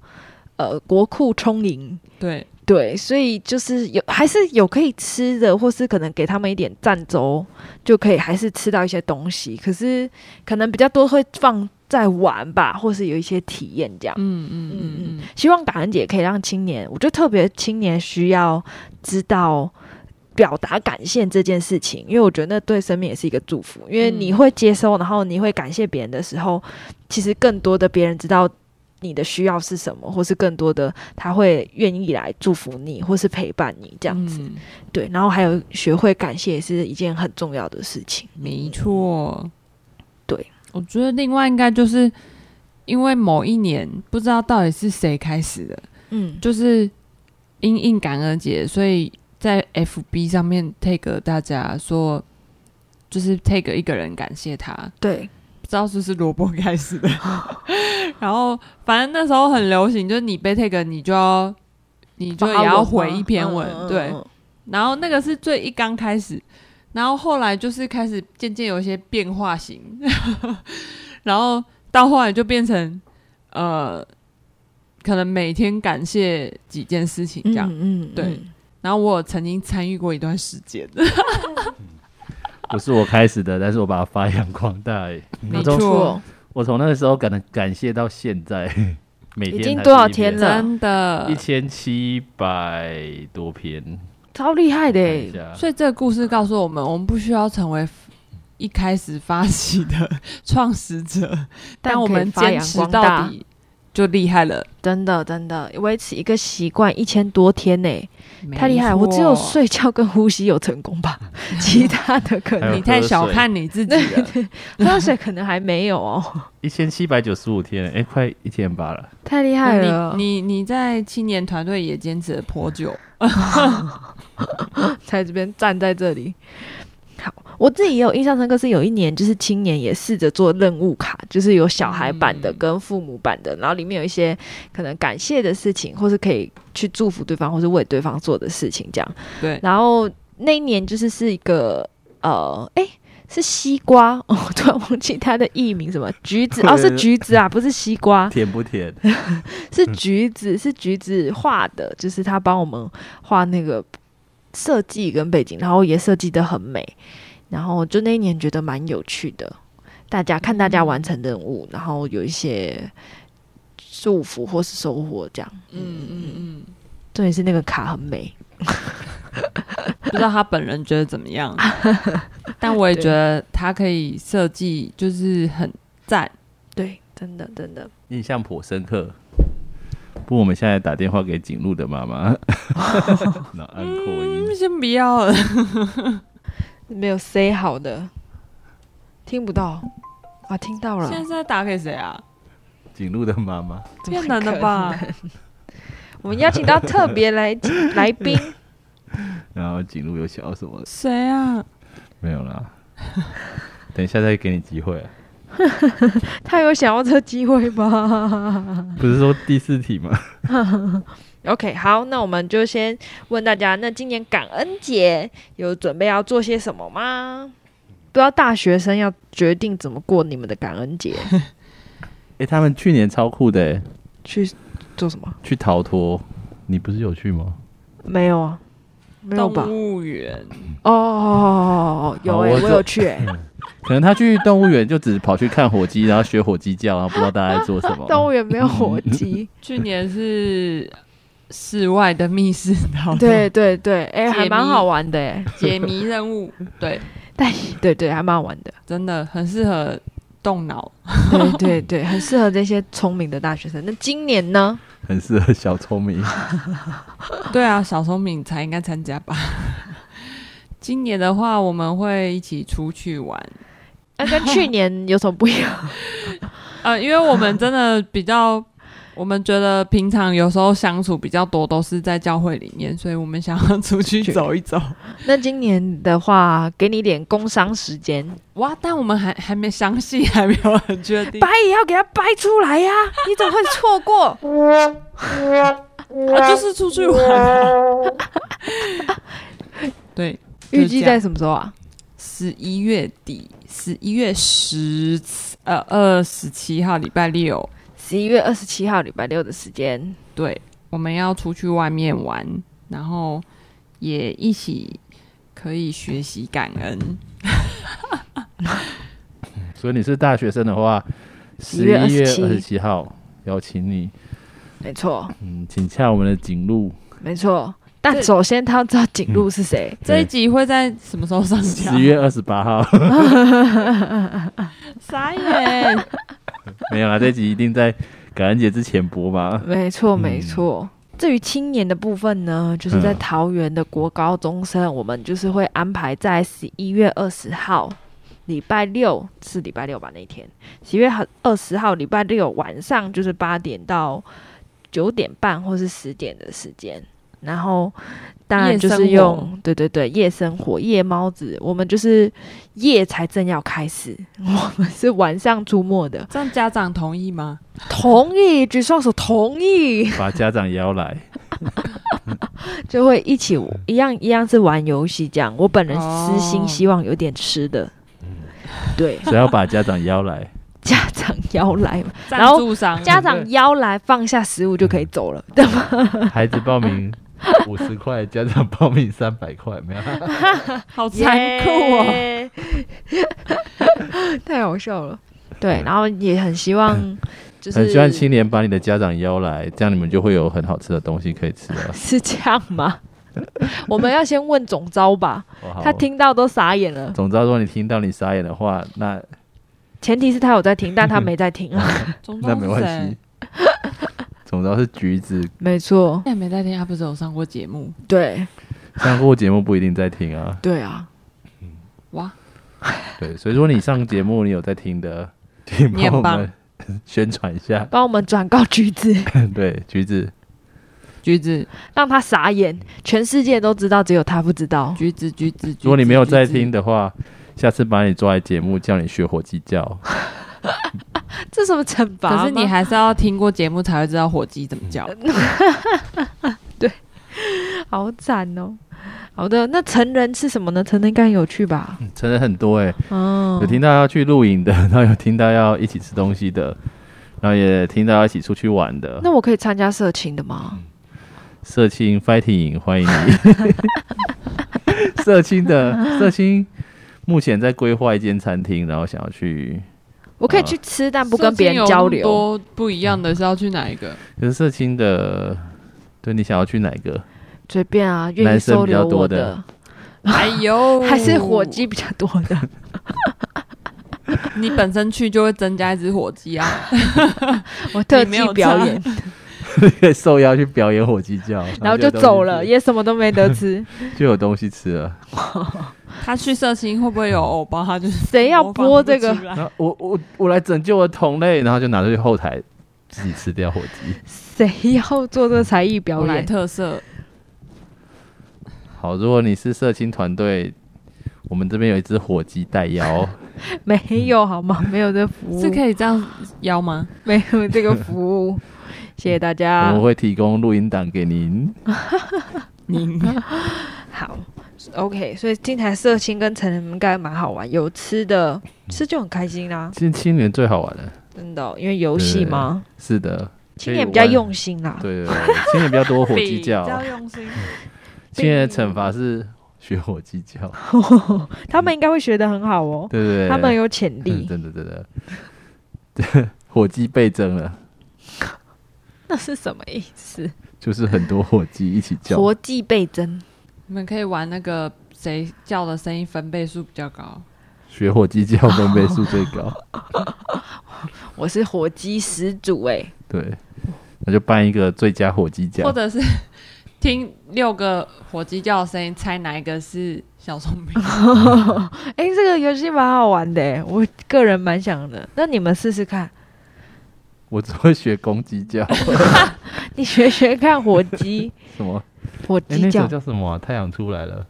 Speaker 2: 呃国库充盈。
Speaker 3: 对，
Speaker 2: 对，所以就是有还是有可以吃的，或是可能给他们一点蘸粥，就可以还是吃到一些东西。可是可能比较多会放在玩吧，或是有一些体验这样。
Speaker 3: 嗯嗯
Speaker 2: 嗯
Speaker 3: 嗯
Speaker 2: 嗯
Speaker 3: 嗯，
Speaker 2: 希望感恩节可以让青年，我觉得特别青年需要知道表达感谢这件事情，因为我觉得那对生命也是一个祝福。因为
Speaker 3: 嗯
Speaker 2: 你会接收，然后你会感谢别人的时候，其实更多的别人知道你的需要是什么，或是更多的他会愿意来祝福你，或是陪伴你这
Speaker 3: 这
Speaker 2: 样子。对，然后还有学会感谢也是一件很重要的事情。
Speaker 3: 没错，
Speaker 2: 对，
Speaker 3: 我觉得另外应该就是因为某一年不知道到底是谁开始的，
Speaker 2: 嗯，
Speaker 3: 就是因应感恩节，所以在 FB 上面 take 大家说，就是 take 一个人感谢他，
Speaker 2: 对，
Speaker 3: 不知道是不是萝卜开始 的，然后反正那时候很流行，就是你被 take 你就要你就也要回一篇文，
Speaker 2: 嗯
Speaker 3: 对，然后那个是最一刚开始，然后后来就是开始渐渐有一些变化型， 然后到后来就变成呃，可能每天感谢几件事情这样。
Speaker 2: 嗯嗯，
Speaker 3: 对
Speaker 2: 嗯
Speaker 3: 然后我有曾经参与过一段时间，
Speaker 1: 不是我开始的，但是我把它发扬光大、欸。
Speaker 3: 没
Speaker 1: 从
Speaker 3: 错，
Speaker 1: 我从那个时候感感谢到现在，每天
Speaker 2: 已经
Speaker 1: 还是
Speaker 2: 多少
Speaker 1: 一 篇
Speaker 2: 天了
Speaker 3: 真的
Speaker 1: 一。千七百多篇，
Speaker 2: 超厉害的
Speaker 1: 看
Speaker 2: 欸
Speaker 1: 一，下
Speaker 3: 所以这个故事告诉我们，我们不需要成为一开始发起的 创始者，但我
Speaker 2: 可以
Speaker 3: 们
Speaker 2: 发
Speaker 3: 坚
Speaker 2: 扬
Speaker 3: 持
Speaker 2: 光
Speaker 3: 到
Speaker 2: 大，
Speaker 3: 底就厉害了，
Speaker 2: 真的真的维持一个习惯一千多天呢，太厉害了！
Speaker 3: 没
Speaker 2: 我只有
Speaker 3: 错
Speaker 2: 睡觉跟呼吸有成功 吧，其他的可
Speaker 1: 还有
Speaker 2: 能
Speaker 3: 你太小看你自己了。
Speaker 2: 喝水可能还没有哦，
Speaker 1: 一千七百九十五天，哎、快一千八 了。
Speaker 2: 太厉害了！
Speaker 3: 你你你在青年团队也坚持了颇久，
Speaker 2: 在这边站在这里。好，我自己也有印象深刻，是有一年就是青年也试着做任务卡，就是有小孩版的
Speaker 3: 嗯
Speaker 2: 跟父母版的，然后里面有一些可能感谢的事情，或是可以去祝福对方，或是为对方做的事情这样。
Speaker 3: 对，
Speaker 2: 然后那一年就是是一个呃，哎、是西瓜 哦，我突然忘记它的艺名什么橘子哦，是橘子啊，不是西瓜，
Speaker 1: 甜不甜？
Speaker 2: 是橘子，是橘子画的，就是他帮我们画那个设计跟背景，然后也设计的很美，然后就那一年觉得蛮有趣的，大家看大家完成任务，然后有一些祝福或是收获这样，
Speaker 3: 嗯嗯嗯，
Speaker 2: 重点是那个卡很美，
Speaker 3: 不知道他本人觉得怎么 样，但我也觉得他可以设计，就是很赞。
Speaker 2: 对，真的真的，
Speaker 1: 印象颇深刻。不，我们现在打电话给景路的妈 妈，那按扩音
Speaker 3: 嗯，先不要了，
Speaker 2: 没有 say 好的，听不到啊，听到了
Speaker 3: 现，在是在打给谁啊？
Speaker 1: 景路的妈妈，
Speaker 2: 怎么
Speaker 3: 骗人的吧？
Speaker 2: 可能？我们邀请到特别来来 宾，
Speaker 1: 然后景路有想要什么？
Speaker 3: 谁啊？
Speaker 1: 没有 啦，等一下再给你机会啊、
Speaker 2: 他有想要这机会吗？
Speaker 1: 不是说第四题吗？
Speaker 2: OK，好，那我们就先问大家，那今年感恩节有准备要做些什么吗？不知道大学生要决定怎么过你们的感恩节，
Speaker 1: 哎、他们去年超酷的、
Speaker 2: 去做什么？
Speaker 1: 去逃脱，你不是有去吗？
Speaker 2: 没有啊，没有吧？
Speaker 3: 动物园，
Speaker 2: 哦哦哦哦哦，有
Speaker 1: 好
Speaker 2: 哎、
Speaker 1: 我
Speaker 2: 我
Speaker 1: 走
Speaker 2: 有去哎、
Speaker 1: 可能他去动物园就只跑去看火鸡，然后学火鸡叫，然后不知道大家在做什
Speaker 2: 动
Speaker 1: 么。
Speaker 2: 物园没有火鸡，
Speaker 3: 去年是室外的密室 逃脱，
Speaker 2: 对哦对对，哎、
Speaker 3: 解
Speaker 2: 还
Speaker 3: 谜
Speaker 2: 蛮好玩的哎、
Speaker 3: 解谜任务，对，
Speaker 2: 对对，还蛮好玩的，
Speaker 3: 真的很适合动脑。
Speaker 2: 对对对，很适合这些聪明的大学生。那今年呢？
Speaker 1: 很适合小聪明。
Speaker 3: 对啊，小聪明才应该参加吧。 今年的话，我们会一起出去玩，
Speaker 2: 那、哎 跟去年有什么不一 样？
Speaker 3: 呃，因为我们真的比较， 我们觉得平常有时候相处比较多都是在教会里面，所以我们想要出去
Speaker 2: 去
Speaker 3: 走一走。
Speaker 2: 那今年的话，给你一点工商时间，
Speaker 3: 哇，但我们还还没详细，还没有很确定
Speaker 2: 掰。也要给它掰出来呀、你怎么会错 过？
Speaker 3: 啊，就是出去玩、啊。 对，
Speaker 2: 预计在什么时候啊？
Speaker 3: 十一月底，十一月十呃二十七号礼拜六，
Speaker 2: 十一月二十七号礼拜六的时间，
Speaker 3: 对，我们要出去外面玩，然后也一起可以学习感恩。
Speaker 1: 所以你是大学生的话，十
Speaker 2: 11
Speaker 1: 一
Speaker 2: 月
Speaker 1: 月
Speaker 2: 27
Speaker 1: 二十七号邀请你，
Speaker 2: 没错，
Speaker 1: 嗯，请洽我们的景路。
Speaker 2: 没错。但
Speaker 3: 对
Speaker 2: 首先他要知道景路是谁，
Speaker 3: 这一集会在什么时候上架？
Speaker 1: 十月二十八号
Speaker 3: 傻眼，
Speaker 1: 没有啦，这集一定在感恩节之前播嘛。
Speaker 2: 没错，没
Speaker 1: 嗯
Speaker 2: 错。至于青年的部分呢，就是在
Speaker 1: 嗯
Speaker 2: 桃园的国高中生，我们就是会安排在十一月二十号，礼拜六是礼拜六吧？那一天，十月二十号礼拜六晚上就是八点到九点半或是十点的时间，然后当然
Speaker 3: 夜
Speaker 2: 就是
Speaker 3: 生活
Speaker 2: 用对对对夜生活夜猫子，我们就是夜才正要开始，我们是晚上出没的，
Speaker 3: 这样家长同意吗？
Speaker 2: 同意举双手同意。
Speaker 1: 把家长也要来，
Speaker 2: 就会一起一样一样是玩游戏这样。我本人私心
Speaker 3: 哦
Speaker 2: 希望有点吃的，
Speaker 1: 嗯
Speaker 2: 对
Speaker 1: 谁要把家长也要来？
Speaker 2: 家长邀来， 然
Speaker 3: 赞
Speaker 2: 后
Speaker 3: 助商
Speaker 2: 家长邀来放下食物就可以走了，对吗？
Speaker 1: 孩子报名五十块，家长报名三百块，没有啊？
Speaker 3: 好残酷 哦！
Speaker 2: 耶 太好笑了。对，然后也很希望就
Speaker 1: 嗯
Speaker 2: 是。
Speaker 1: 很希望青年把你的家长邀来，这样你们就会有很好吃的东西可以吃啊
Speaker 2: 是这样吗？ 我们要先问总招吧，
Speaker 1: 哇好
Speaker 2: 他听到都傻眼了。
Speaker 1: 总之，如果你听到你傻眼的话，那
Speaker 2: 前提是他有在听，但他没在 听啊。
Speaker 3: 总
Speaker 1: 那没
Speaker 3: 是
Speaker 1: 关
Speaker 3: 谁
Speaker 1: 系。 总之是橘子，
Speaker 2: 没错，
Speaker 3: 哎现在没在听，他不是有上过节目
Speaker 2: 对
Speaker 1: 上过节目不一定在听啊。
Speaker 2: 对啊，
Speaker 3: 哇？
Speaker 1: 对，所以说你上节目，你有在听的，请
Speaker 3: 你很
Speaker 1: 帮我
Speaker 3: 棒
Speaker 1: 们宣传一 下。
Speaker 2: 帮我们转告橘子。
Speaker 1: 对，橘子，
Speaker 3: 橘子，
Speaker 2: 让他傻眼，全世界都知道，只有他不知 道。
Speaker 3: 橘子，橘子。橘子
Speaker 1: 如果你没有在听
Speaker 3: 橘子
Speaker 1: 的话，下次把你抓来节目，叫你学火鸡叫。
Speaker 2: 这什么惩罚吗？
Speaker 3: 可是你还是要听过节目才会知道火鸡怎么叫。
Speaker 2: 好惨哦。好的，那成人是什么呢？成人应该很有趣吧？
Speaker 1: 嗯成人很多哎、
Speaker 2: 嗯，
Speaker 1: 有听到要去露营的， 然后有听到要一起吃东西的，然后也听到要一起出去玩的。
Speaker 2: 那我可以参加社情的吗？
Speaker 1: 社青 fighting 营欢迎 你。社青的社青目前在规划一间餐厅，然后想要去，
Speaker 2: 我可以去吃，但不跟别人交
Speaker 3: 社青有那
Speaker 2: 流。
Speaker 3: 么多不一样的是要去哪一个？
Speaker 1: 就是社青的，对你想要去哪一个？
Speaker 2: 随便啊，愿意
Speaker 1: 男生
Speaker 2: 收
Speaker 1: 比较
Speaker 2: 留
Speaker 1: 多
Speaker 2: 我
Speaker 1: 的
Speaker 3: 哎呦，
Speaker 2: 还是火鸡比较多的。
Speaker 3: 你本身去就会增加一只火鸡啊。
Speaker 2: 我特
Speaker 3: 你没有
Speaker 2: 技表演，
Speaker 1: 可以受邀去表演火鸡叫，
Speaker 2: 然后就
Speaker 1: 有东西
Speaker 2: 走了，
Speaker 1: 吃
Speaker 2: 也什么都没得吃。
Speaker 1: 就有东西吃了。
Speaker 3: 他去色情会不会有偶包？他就是
Speaker 2: 谁要播这个？
Speaker 3: 模仿不出来
Speaker 1: 然后我我我来拯救我的同类，然后就拿出去后台自己吃掉火鸡。
Speaker 2: 谁要做这个才艺表
Speaker 3: 我来
Speaker 2: 演？
Speaker 3: 特色，
Speaker 1: 好，如果你是社青团队，我们这边有一只火鸡带腰，
Speaker 2: 没有好吗？没有这服务
Speaker 3: 是，可以这样 邀吗？
Speaker 2: 没有这个服务。谢谢大
Speaker 1: 我
Speaker 2: 家
Speaker 1: 们。会提供录音档给您。
Speaker 3: 您
Speaker 2: 好，OK。所以金台社青跟成人应该蛮好玩，有吃的
Speaker 1: 嗯
Speaker 2: 吃就很开心啦、
Speaker 1: 其实青年最好玩了，
Speaker 2: 真的哦、因为游戏嘛，
Speaker 1: 是的，
Speaker 2: 青年比较用心啦。
Speaker 1: 对对对，青年比较多火鸡
Speaker 3: 比
Speaker 1: 叫
Speaker 3: 较，用心，
Speaker 1: 青年的惩罚是学火鸡叫，
Speaker 2: 他们应该会学得很好哦，
Speaker 1: 对对对，
Speaker 2: 他们有潜
Speaker 1: 嗯
Speaker 2: 力。
Speaker 1: 真的真的， 火鸡倍增了，
Speaker 2: 那是什么意思？
Speaker 1: 就是很多火鸡一起叫，
Speaker 2: 活计倍增，
Speaker 3: 你们可以玩那个谁叫的声音分贝数比较高。
Speaker 1: 学火鸡叫分贝数最高。
Speaker 2: 我是火鸡始祖哎、
Speaker 1: 对，那就办一个最佳火鸡
Speaker 3: 或
Speaker 1: 奖，
Speaker 2: 啊
Speaker 3: 者是听六个火鸡叫的声音，猜哪一个是小聪 明？
Speaker 2: 哎、这个游戏蛮好玩的、欸，我个人蛮想的。那你们试试看，
Speaker 1: 我只会学公鸡叫，
Speaker 2: 你学学看 火鸡，
Speaker 1: 什么？
Speaker 2: 火
Speaker 1: 哎、
Speaker 2: 鸡
Speaker 1: 那首
Speaker 2: 叫
Speaker 1: 叫什么啊、太阳出来了，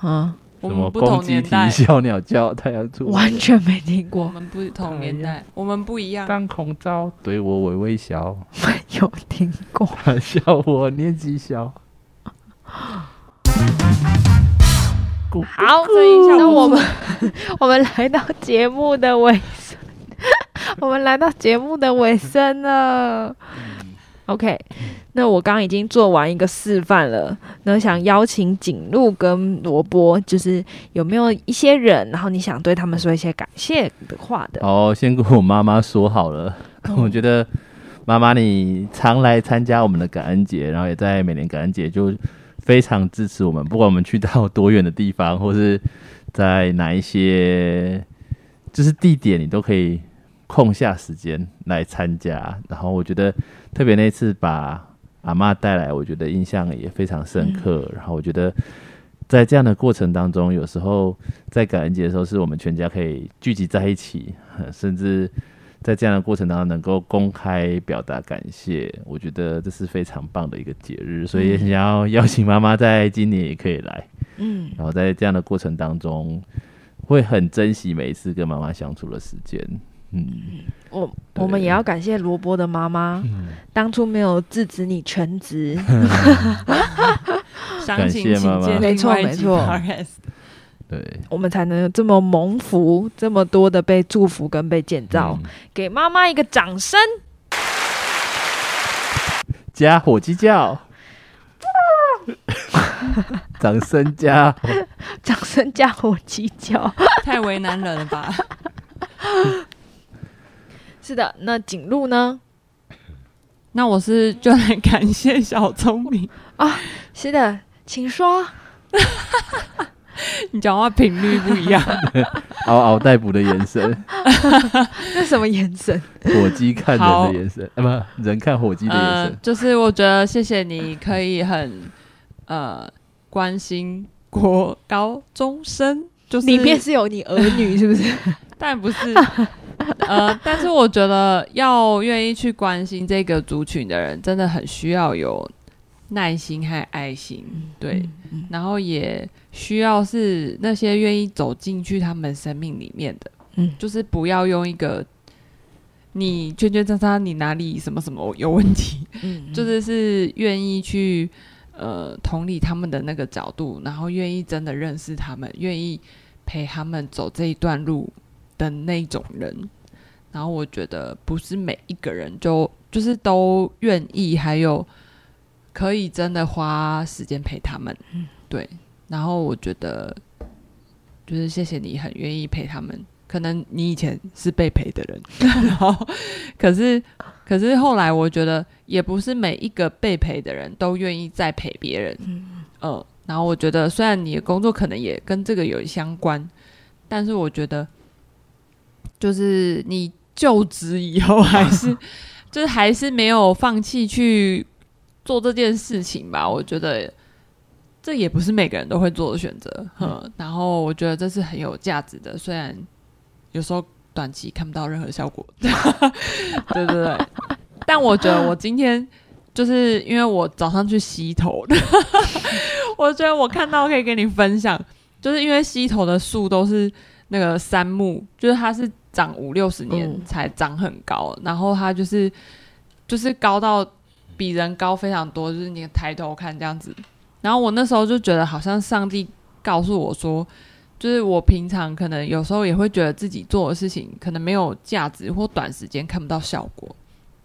Speaker 2: 啊，
Speaker 3: 我
Speaker 1: 什
Speaker 3: 们
Speaker 1: 么
Speaker 3: 不
Speaker 1: 公
Speaker 3: 同
Speaker 1: 鸡
Speaker 3: 年
Speaker 1: 啼，
Speaker 3: 代，
Speaker 1: 小鸟叫， 太阳出来
Speaker 2: 完
Speaker 1: 了。
Speaker 2: 全没听
Speaker 3: 我
Speaker 2: 过，
Speaker 3: 们不同 年代，我们不一样。
Speaker 1: 当空照对我微微 笑，
Speaker 2: 没有听过。
Speaker 1: 他笑我年纪小。咕
Speaker 2: 好，那我们 我们来到节目的尾声， 我们来到节目的尾声了。OK，那我刚刚已经做完一个示范了，那想邀请景路跟萝卜，就是有没有一些人，然后你想对他们说一些感谢的话的？
Speaker 1: 哦，先跟我妈妈说好了，
Speaker 3: 嗯
Speaker 1: 我觉得妈妈你常来参加我们的感恩节，然后也在每年感恩节就非常支持我们，不管我们去到多远的地方，或是在哪一些就是地点，你都可以空下时间来参加。然后我觉得特别那次把阿嬷带来，我觉得印象也非常深刻。然后我觉得在这样的过程当中，有时候在感恩节的时候，是我们全家可以聚集在一起，呃甚至在这样的过程当中能够公开表达感谢，我觉得这是非常棒的一个节日。所以也想要邀请妈妈在今年也可以来。
Speaker 2: 嗯，
Speaker 1: 然后在这样的过程当中，会很珍惜每一次跟妈妈相处的时间。嗯，
Speaker 2: 我
Speaker 1: 对
Speaker 2: 我们也要感谢萝卜的妈妈，当初没有制止你全职。
Speaker 3: 详情
Speaker 1: 感谢妈
Speaker 3: 请
Speaker 1: 妈
Speaker 3: 见
Speaker 2: 没错
Speaker 3: 另外一集
Speaker 2: 没错
Speaker 3: podcast
Speaker 1: 对，
Speaker 2: 我们才能有这么蒙福，这么多的被祝福跟被建造。
Speaker 1: 嗯
Speaker 2: 给妈妈一个掌声！
Speaker 1: 加火鸡叫，掌声加，
Speaker 2: 掌声加火鸡叫。
Speaker 3: 太为难人了吧？
Speaker 2: 是的，那景路呢？
Speaker 3: 那我是就来感谢小聪明，
Speaker 2: 是的，请说。
Speaker 3: 你讲话频率不一样，
Speaker 1: 嗷嗷待哺的眼神，
Speaker 2: 那什么眼神？
Speaker 1: 火鸡看人的眼神，啊不，人看火鸡的眼
Speaker 3: 呃
Speaker 1: 神，，
Speaker 3: 就是我觉得谢谢你可以很呃关心国高中生，就是
Speaker 2: 里面是有你儿 女是不是？
Speaker 3: 但不是，呃，但是我觉得要愿意去关心这个族群的人，真的很需要有耐心和爱心，对，
Speaker 2: 嗯
Speaker 3: 然后也需要是那些愿意走进去他们生命里面的，
Speaker 2: 嗯
Speaker 3: 就是不要用一个你圈圈叉叉你哪里什么什么有问题，
Speaker 2: 嗯，
Speaker 3: 就。是是愿意去呃同理他们的那个角度，然后愿意真的认识他们，愿意陪他们走这一段路的那种人。然后我觉得不是每一个人就就是都愿意，还有可以真的花时间陪他们，
Speaker 2: 嗯
Speaker 3: 对。然后我觉得就是谢谢你很愿意陪他们，可能你以前是被陪的 人，然后可是可是后来我觉得也不是每一个被陪的人都愿意再陪别人，呃，然后我觉得虽然你的工作可能也跟这个有相关，但是我觉得就是你就职以后还是就是还是没有放弃去做这件事情吧，我觉得。这也不是每个人都会做的选择，嗯，然后我觉得这是很有价值的，虽然有时候短期看不到任何效果，对对对，但我觉得我今天就是因为我早上去洗头， 我觉得我看到可以跟你分享，就是因为溪头的树都是那个杉木，就是它是长五六十年
Speaker 2: 嗯
Speaker 3: 才长很高，然后它就是就是高到比人高非常多，就是你抬头看这样子。然后我那时候就觉得好像上帝告诉我说，就是我平常可能有时候也会觉得自己做的事情可能没有价值，或短时间看不到效果，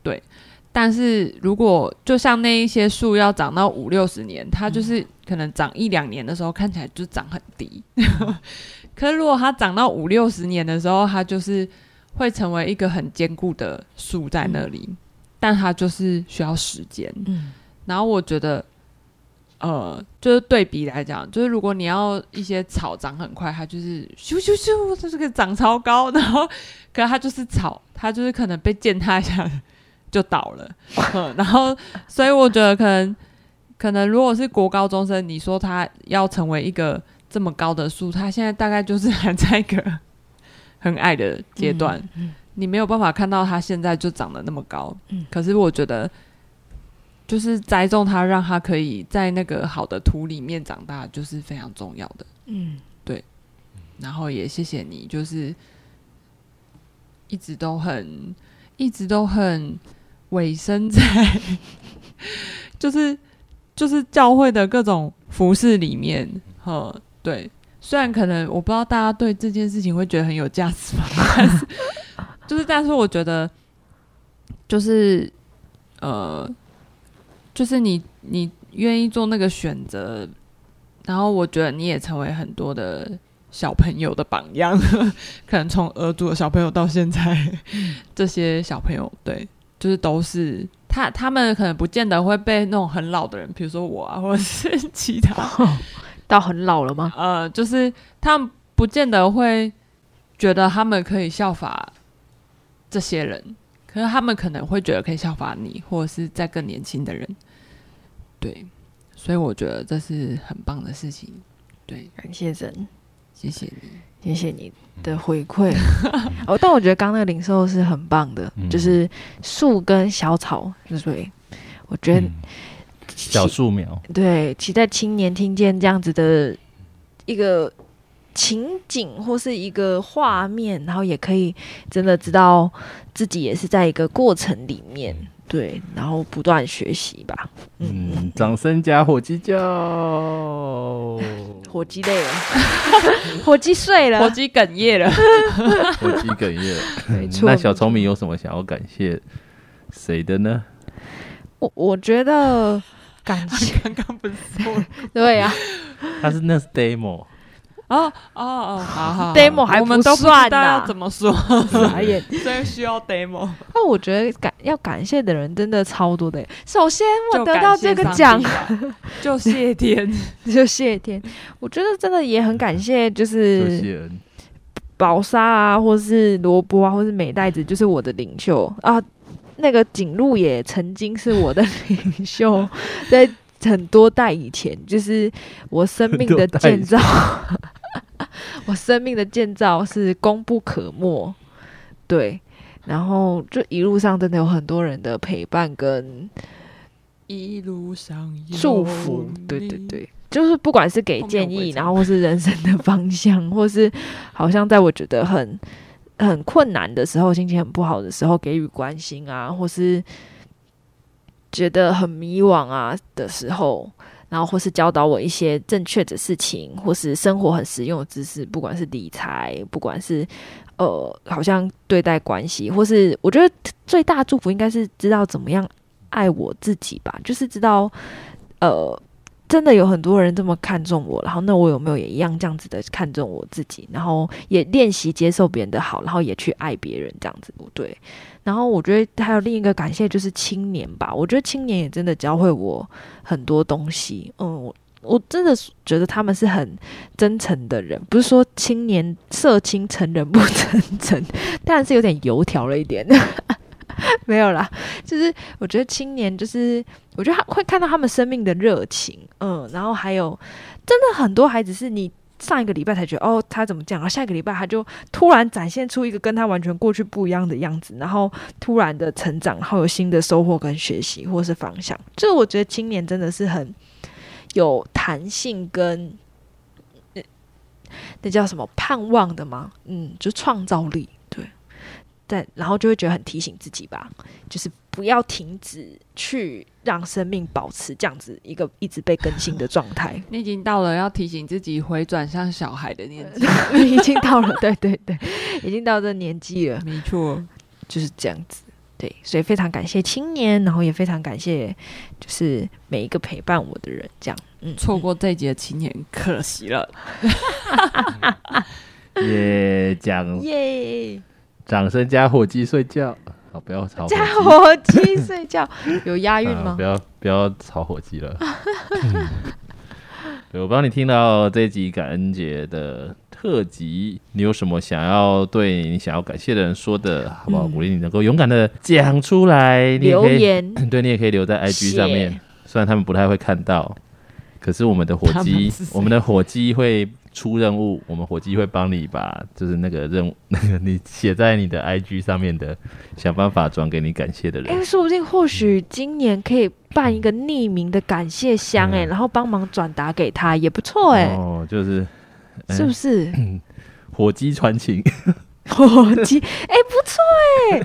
Speaker 3: 对。但是如果就像那一些树要长到五六十年，它就是可能长一两年的时候看起来就长很低， 可是如果它长到五六十年的时候，它就是会成为一个很坚固的树在那里，但它就是需要时间。
Speaker 2: 嗯
Speaker 3: 然后我觉得，呃，就是对比来讲，就是如果你要一些草长很快，它就是咻咻咻，它这个长超高，然后可是它就是草，它就是可能被践踏一下就倒了，嗯，然后所以我觉得可能可能如果是国高中生，你说他要成为一个这么高的树，他现在大概就是还在一个很矮的阶段，你没有办法看到它现在就长得那么高。
Speaker 2: 嗯
Speaker 3: 可是我觉得，就是栽种它，让它可以在那个好的土里面长大，就是非常重要的。
Speaker 2: 嗯，
Speaker 3: 然后也谢谢你，就是一直都很一直都很委身在， 就是就是教会的各种服饰里面，呵，对。虽然可能我不知道大家对这件事情会觉得很有价值吧，但是就是但是我觉得就是呃，就是你你愿意做那个选择，然后我觉得你也成为很多的小朋友的榜样， 可能从俄族的小朋友到现在，这些小朋友对，就是都是他他们可能不见得会被那种很老的人，比如说我啊，或者是 其他，
Speaker 2: 到很老了吗？
Speaker 3: 呃，就是他们不见得会觉得他们可以效法这些人，可是他们可能会觉得可以效法你，或者是在更年轻的人，对，所以我觉得这是很棒的事情，对，
Speaker 2: 感谢神，
Speaker 3: 谢谢你，
Speaker 2: 谢谢你的回馈。 哦，但我觉得刚刚那个零售是很棒的，
Speaker 4: 嗯
Speaker 2: 就是树跟小草，对，我觉得、
Speaker 4: 嗯
Speaker 1: 小树苗，
Speaker 2: 对，期待青年听见这样子的一个情景或是一个画面，然后也可以真的知道自己也是在一个过程里面，对，然后不断学习吧。嗯，
Speaker 1: 嗯，掌声加火鸡叫，
Speaker 2: 火鸡累了， 火鸡睡
Speaker 3: 火
Speaker 2: 了，
Speaker 3: 鸡哽咽了。
Speaker 1: 火鸡哽咽了。
Speaker 2: 没
Speaker 1: 嗯
Speaker 2: 错
Speaker 1: 那小聪明有什么想要感谢谁的呢？
Speaker 2: 我我觉得感 谢，
Speaker 3: 刚刚不是说了
Speaker 2: 对
Speaker 3: 啊
Speaker 2: 呀、
Speaker 1: 他是那是 demo，
Speaker 3: 哦哦哦，好好
Speaker 2: Demo 还不
Speaker 3: 我们都不知
Speaker 2: 算
Speaker 3: 道
Speaker 2: 呐
Speaker 3: 要怎么说，
Speaker 2: 傻眼。
Speaker 3: 所以需要 demo。
Speaker 2: 那我觉得感要感谢的人真的超多的耶。首先我
Speaker 3: 就
Speaker 2: 得
Speaker 3: 感
Speaker 2: 到
Speaker 3: 谢
Speaker 2: 这个
Speaker 3: 上帝
Speaker 2: 奖，
Speaker 3: 吧，就谢天。
Speaker 2: 就谢天，我觉得真的也很感谢，就
Speaker 1: 周
Speaker 2: 是
Speaker 1: 嗯谢恩，
Speaker 2: 宝沙啊，或是萝卜啊，或是美袋子，就是我的领袖啊。那个景路也曾经是我的领袖， 在很多代以前，就是我生命的
Speaker 1: 很多代
Speaker 2: 建
Speaker 1: 以
Speaker 2: 造， 我生命的建造是功不可没。对，然后就一路上真的有很多人的陪伴跟
Speaker 3: 一路上有
Speaker 2: 祝福，对
Speaker 3: 你
Speaker 2: 对，对，就是不管是给
Speaker 3: 后面
Speaker 2: 建
Speaker 3: 有鬼
Speaker 2: 议，
Speaker 3: 才
Speaker 2: 然后或是人生的 方向，或是好像在我觉得很很困难的时候，心情很不好的时候给予关心啊，或是觉得很迷惘啊的时候。然后，或是教导我一些正确的事情，或是生活很实用的知识，不管是理财，不管是呃，好像对待关系，或是我觉得最大祝福应该是知道怎么样爱我自己吧，就是知道呃，真的有很多人这么看重我，然后那我有没有也一样这样子的看重我自己，然后也练习接受别人的好，然后也去爱别人这样子，对。然后我觉得还有另一个感谢就是青年吧，我觉得青年也真的教会我很多东西，嗯，我我真的觉得他们是很真诚的人，不是说青年社青成人不 真诚，当然是有点油条了一点， 没有啦，就是我觉得青年就是我觉得他会看到他们生命的热情，嗯，然后还有真的很多孩子是你。上一个礼拜才觉得哦，他怎么这样，然后下一个礼拜他就突然展现出一个跟他完全过去不一样的样子，然后突然的成长，然后有新的收获跟学习或是方向。就是我觉得青年真的是很有呃弹性跟，呃那叫什么盼望的吗？嗯，就创造力，对，但然后就会觉得很提醒自己吧，就是不要停止去让生命保持这样子一个一直被更新的状态。
Speaker 3: 你已经到了要提醒自己回转向小孩的年 纪，
Speaker 2: 已经到了，对对对，已经到这年纪了，
Speaker 3: 没错。
Speaker 2: 就是这样子。对，所以非常感谢青年，然后也非常感谢就是每一个陪伴我的人，这样。嗯，
Speaker 3: 错过这一集的青年，可惜了。
Speaker 1: 耶，讲
Speaker 2: 嗯耶，
Speaker 1: 掌声加火鸡睡觉，好，不要吵火鸡
Speaker 2: 加火鸡睡觉有押韵
Speaker 1: 啊
Speaker 2: 吗
Speaker 1: 不？要不要炒火鸡了。 对，我帮你听到这一集感恩节的特辑，你有什么想要对你想要感谢的人说的，好不好？
Speaker 2: 嗯
Speaker 1: 鼓励你能够勇敢的讲出来。你也
Speaker 2: 留
Speaker 1: 可以，
Speaker 2: 言
Speaker 1: 对你也可以留在 IG
Speaker 2: 写
Speaker 1: 上面，虽然他们不太会看到，可是我们的火
Speaker 3: 他们
Speaker 1: 鸡
Speaker 3: 是谁，
Speaker 1: 我们的火鸡会出任务，我们火鸡会帮你把就是那个任务， 那个你写在你的 IG 上面的，想办法转给你感谢的人
Speaker 2: 哎、。说不定或许今年可以办一个匿名的感谢箱、哎、
Speaker 1: 嗯
Speaker 2: 然后帮忙转达给他也不错、哎、
Speaker 1: 哦，就是嗯
Speaker 2: 是不是？
Speaker 1: 火鸡传情，
Speaker 2: 火鸡，哎、不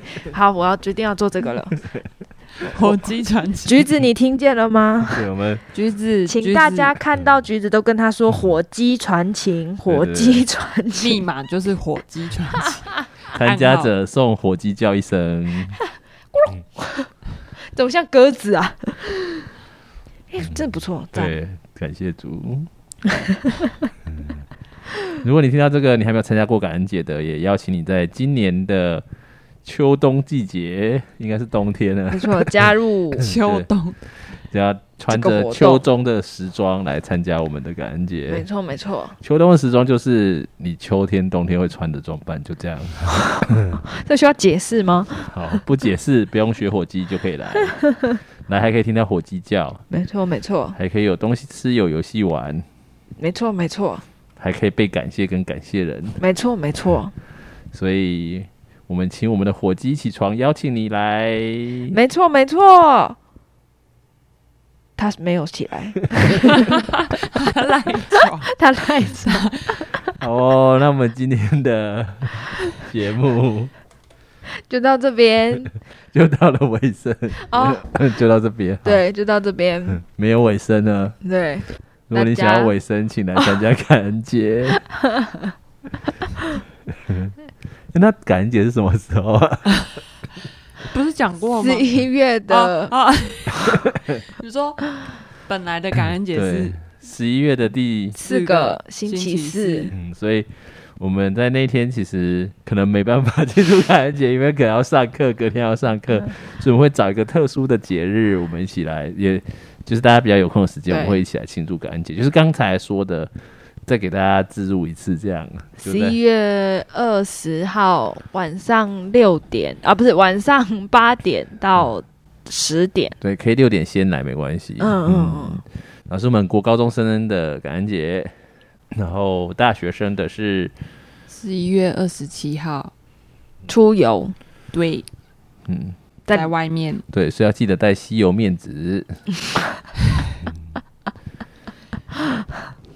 Speaker 2: 错哎、好，我要决定要做这 个了。
Speaker 3: 火鸡传奇，
Speaker 2: 橘子，你听见了吗？
Speaker 1: 对我们
Speaker 3: 橘子，橘
Speaker 2: 请
Speaker 3: 子
Speaker 2: 大家看到橘子都跟他说“火鸡传情，火鸡传
Speaker 3: 密
Speaker 2: 情
Speaker 3: 码就是火鸡传奇。
Speaker 1: 参加者送火鸡叫一 声，”，
Speaker 2: 怎么像鸽子 啊？哎、真的不错，赞
Speaker 1: 对，感谢主。 嗯如果你听到这个，你还没有参加过感恩节的，也邀请你在今年的秋冬季节，应该是冬天了
Speaker 2: 没，错，加 入
Speaker 3: 秋冬，
Speaker 1: 只要穿
Speaker 2: 这个
Speaker 1: 着
Speaker 2: 活动
Speaker 1: 秋冬的时装来参加我们的感恩
Speaker 2: 没
Speaker 1: 节。
Speaker 2: 错没错，
Speaker 1: 秋冬的时装就是你秋天、冬天会穿的装扮，就这样。
Speaker 2: 这需要解释吗？
Speaker 1: 好，不解释，不用学火鸡就可以来，来还可以听到火鸡叫，
Speaker 2: 没错没错
Speaker 1: 还可以有东西吃，有游戏玩，
Speaker 2: 没错没错
Speaker 1: 还可以被感谢跟感谢人，
Speaker 2: 没错没错
Speaker 1: 所以我们请我们的火鸡起床，邀请你来。
Speaker 2: 没错没错，他没有起 来，
Speaker 3: 赖床，
Speaker 2: 他赖着。
Speaker 1: 好哦，那我们今天的节目
Speaker 2: 就到这边
Speaker 1: 就到了尾声，
Speaker 2: 哦，
Speaker 1: 就到这边。
Speaker 2: 对，就到这边，
Speaker 1: 好，没有尾声呢。
Speaker 2: 对，
Speaker 1: 如果你想要尾声，请来参加感恩 节。那感恩节是什么时候啊？
Speaker 3: 不是讲过吗
Speaker 2: 十？一月的
Speaker 3: 啊，啊 你说本来的感恩节
Speaker 1: 嗯对
Speaker 3: 是，
Speaker 1: 十一月的第
Speaker 2: 四个星期四。
Speaker 1: 嗯，所以我们在那天其实可能没办法接触感恩节，因为可能要上课，隔天要上
Speaker 2: 嗯
Speaker 1: 课，所以我们会找一个特殊的节日，我们一起来，也就是大家比较有空的时间，
Speaker 2: 对
Speaker 1: 我们会一起来庆祝感恩节。就是刚才说的，再给大家植入一次，这样对
Speaker 2: 十
Speaker 1: 不
Speaker 2: 一
Speaker 1: 对？
Speaker 2: 月二十号晚上六点啊，不是晚上八点到十点。
Speaker 1: 对，可以六点先来没关系。
Speaker 2: 嗯嗯嗯，
Speaker 1: 老师们，国高中生的感恩节，然后大学生的是
Speaker 3: 十一月二十七号，
Speaker 2: 出游
Speaker 3: 对，
Speaker 1: 嗯，
Speaker 2: 在
Speaker 3: 在外面
Speaker 1: 对，所以要记得带吸油面纸。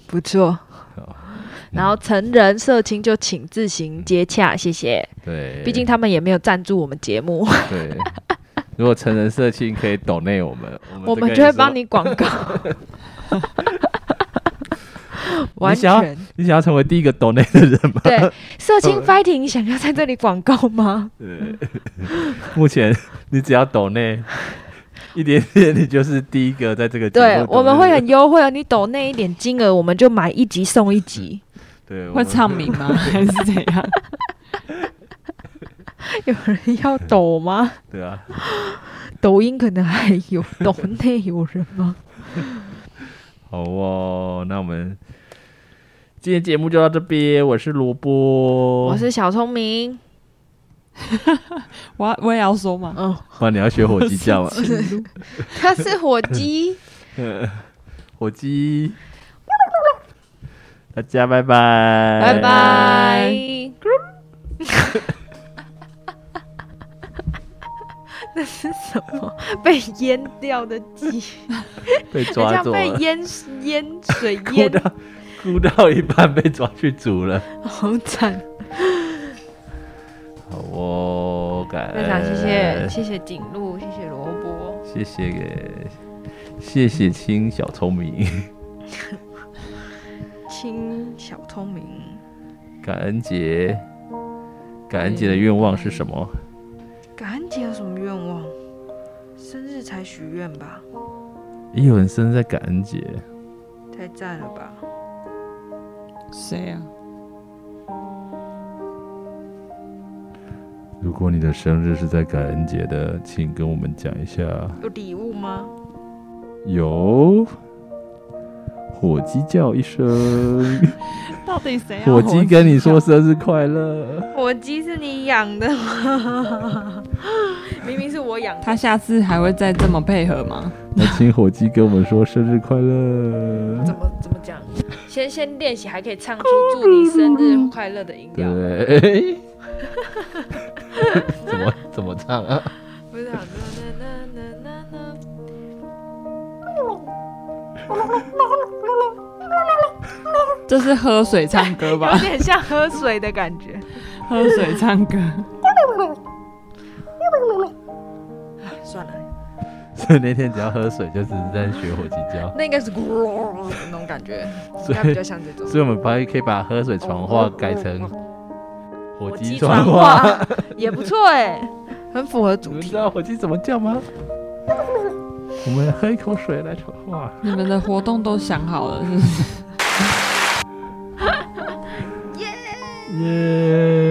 Speaker 2: 不错。 然后成人社青就请自行接洽，谢谢。
Speaker 1: 对，
Speaker 2: 毕竟他们也没有赞助我们节目，
Speaker 1: 对，如果成人社青可以抖内我们，
Speaker 2: 我
Speaker 1: 们这个
Speaker 2: 们就会
Speaker 1: 也是
Speaker 2: 帮。你广 告。完
Speaker 1: 你想
Speaker 2: 全
Speaker 1: 要你想要成为第一个抖内的人吗？
Speaker 2: 对，社青 fighting，你想 要在这里广告吗？
Speaker 1: 对，目前你只要抖内，一点点，你就是第一个在这个节目
Speaker 2: 对
Speaker 1: 懂，
Speaker 2: 我们
Speaker 1: 的
Speaker 2: 会
Speaker 1: 人
Speaker 2: 很优惠哦。你抖那一点金额，我们就买一集送一集。
Speaker 1: 对我
Speaker 3: 会
Speaker 1: 们
Speaker 3: 唱名 吗？还是怎样？
Speaker 2: 有人要抖吗？
Speaker 1: 对啊，
Speaker 2: 抖音可能还有，抖内有人吗？
Speaker 1: 好哦，那我们今天节目就到这边，我是萝卜，
Speaker 2: 我是小聪明，
Speaker 3: 我要我也要说吗？
Speaker 2: 嗯，
Speaker 1: 哇，你要学火鸡叫啊吗？
Speaker 2: 他是火 鸡，
Speaker 1: 火鸡，大家拜拜，
Speaker 2: 拜拜。 那是什么？被淹掉的鸡，
Speaker 1: 被
Speaker 2: 很
Speaker 1: 抓
Speaker 2: 像
Speaker 1: 走
Speaker 2: 被
Speaker 1: 了，
Speaker 2: 淹淹水
Speaker 1: 哭
Speaker 2: 淹，
Speaker 1: 到哭到一半被抓去煮了，
Speaker 2: 好惨。
Speaker 1: 好哦，感
Speaker 2: 非常谢谢谢谢景路，谢谢萝卜。
Speaker 1: 谢谢给谢谢青小聪明，
Speaker 2: 亲小聪明，
Speaker 1: 感恩节，感恩节的愿望是什么？
Speaker 2: 感恩节有什么愿望？生日才许愿吧，
Speaker 1: 也有人生日在感恩节，
Speaker 2: 太赞了吧！
Speaker 3: 谁啊？
Speaker 1: 如果你的生日是在感恩节的，请跟我们讲一下。
Speaker 2: 有礼物吗？
Speaker 1: 有火鸡叫一声，
Speaker 3: 到底谁啊？
Speaker 1: 火鸡跟你说生日快乐。
Speaker 2: 火鸡是你养的吗？明明是我养的。
Speaker 3: 他下次还会再这么配合吗？
Speaker 1: 那请火鸡跟我们说生日快乐，
Speaker 2: 怎么怎么讲？先先练习，还可以唱出祝你生日快乐的音调。
Speaker 1: 对，
Speaker 4: 怎么怎么唱啊？
Speaker 2: 不是啊，那那那那那。
Speaker 3: 这是喝水唱歌 吧
Speaker 2: 有？点像喝水的感觉。
Speaker 3: 喝水唱歌，
Speaker 2: 算了，
Speaker 1: 所以那天只要喝水，就只是在学火鸡叫。
Speaker 2: 那应该是咕噜那种感觉，
Speaker 1: 所
Speaker 2: 应该比
Speaker 1: 以
Speaker 2: 较，像这种。
Speaker 1: 所以我们把可以把喝水传话改成火鸡传话。
Speaker 2: 话也不错哎，很符合
Speaker 1: 你
Speaker 2: 主
Speaker 1: 们知
Speaker 2: 题。
Speaker 1: 道火鸡怎么叫 吗？我们喝一口水来啊传话。
Speaker 3: 你们的活动都想好了是不是？
Speaker 1: 耶、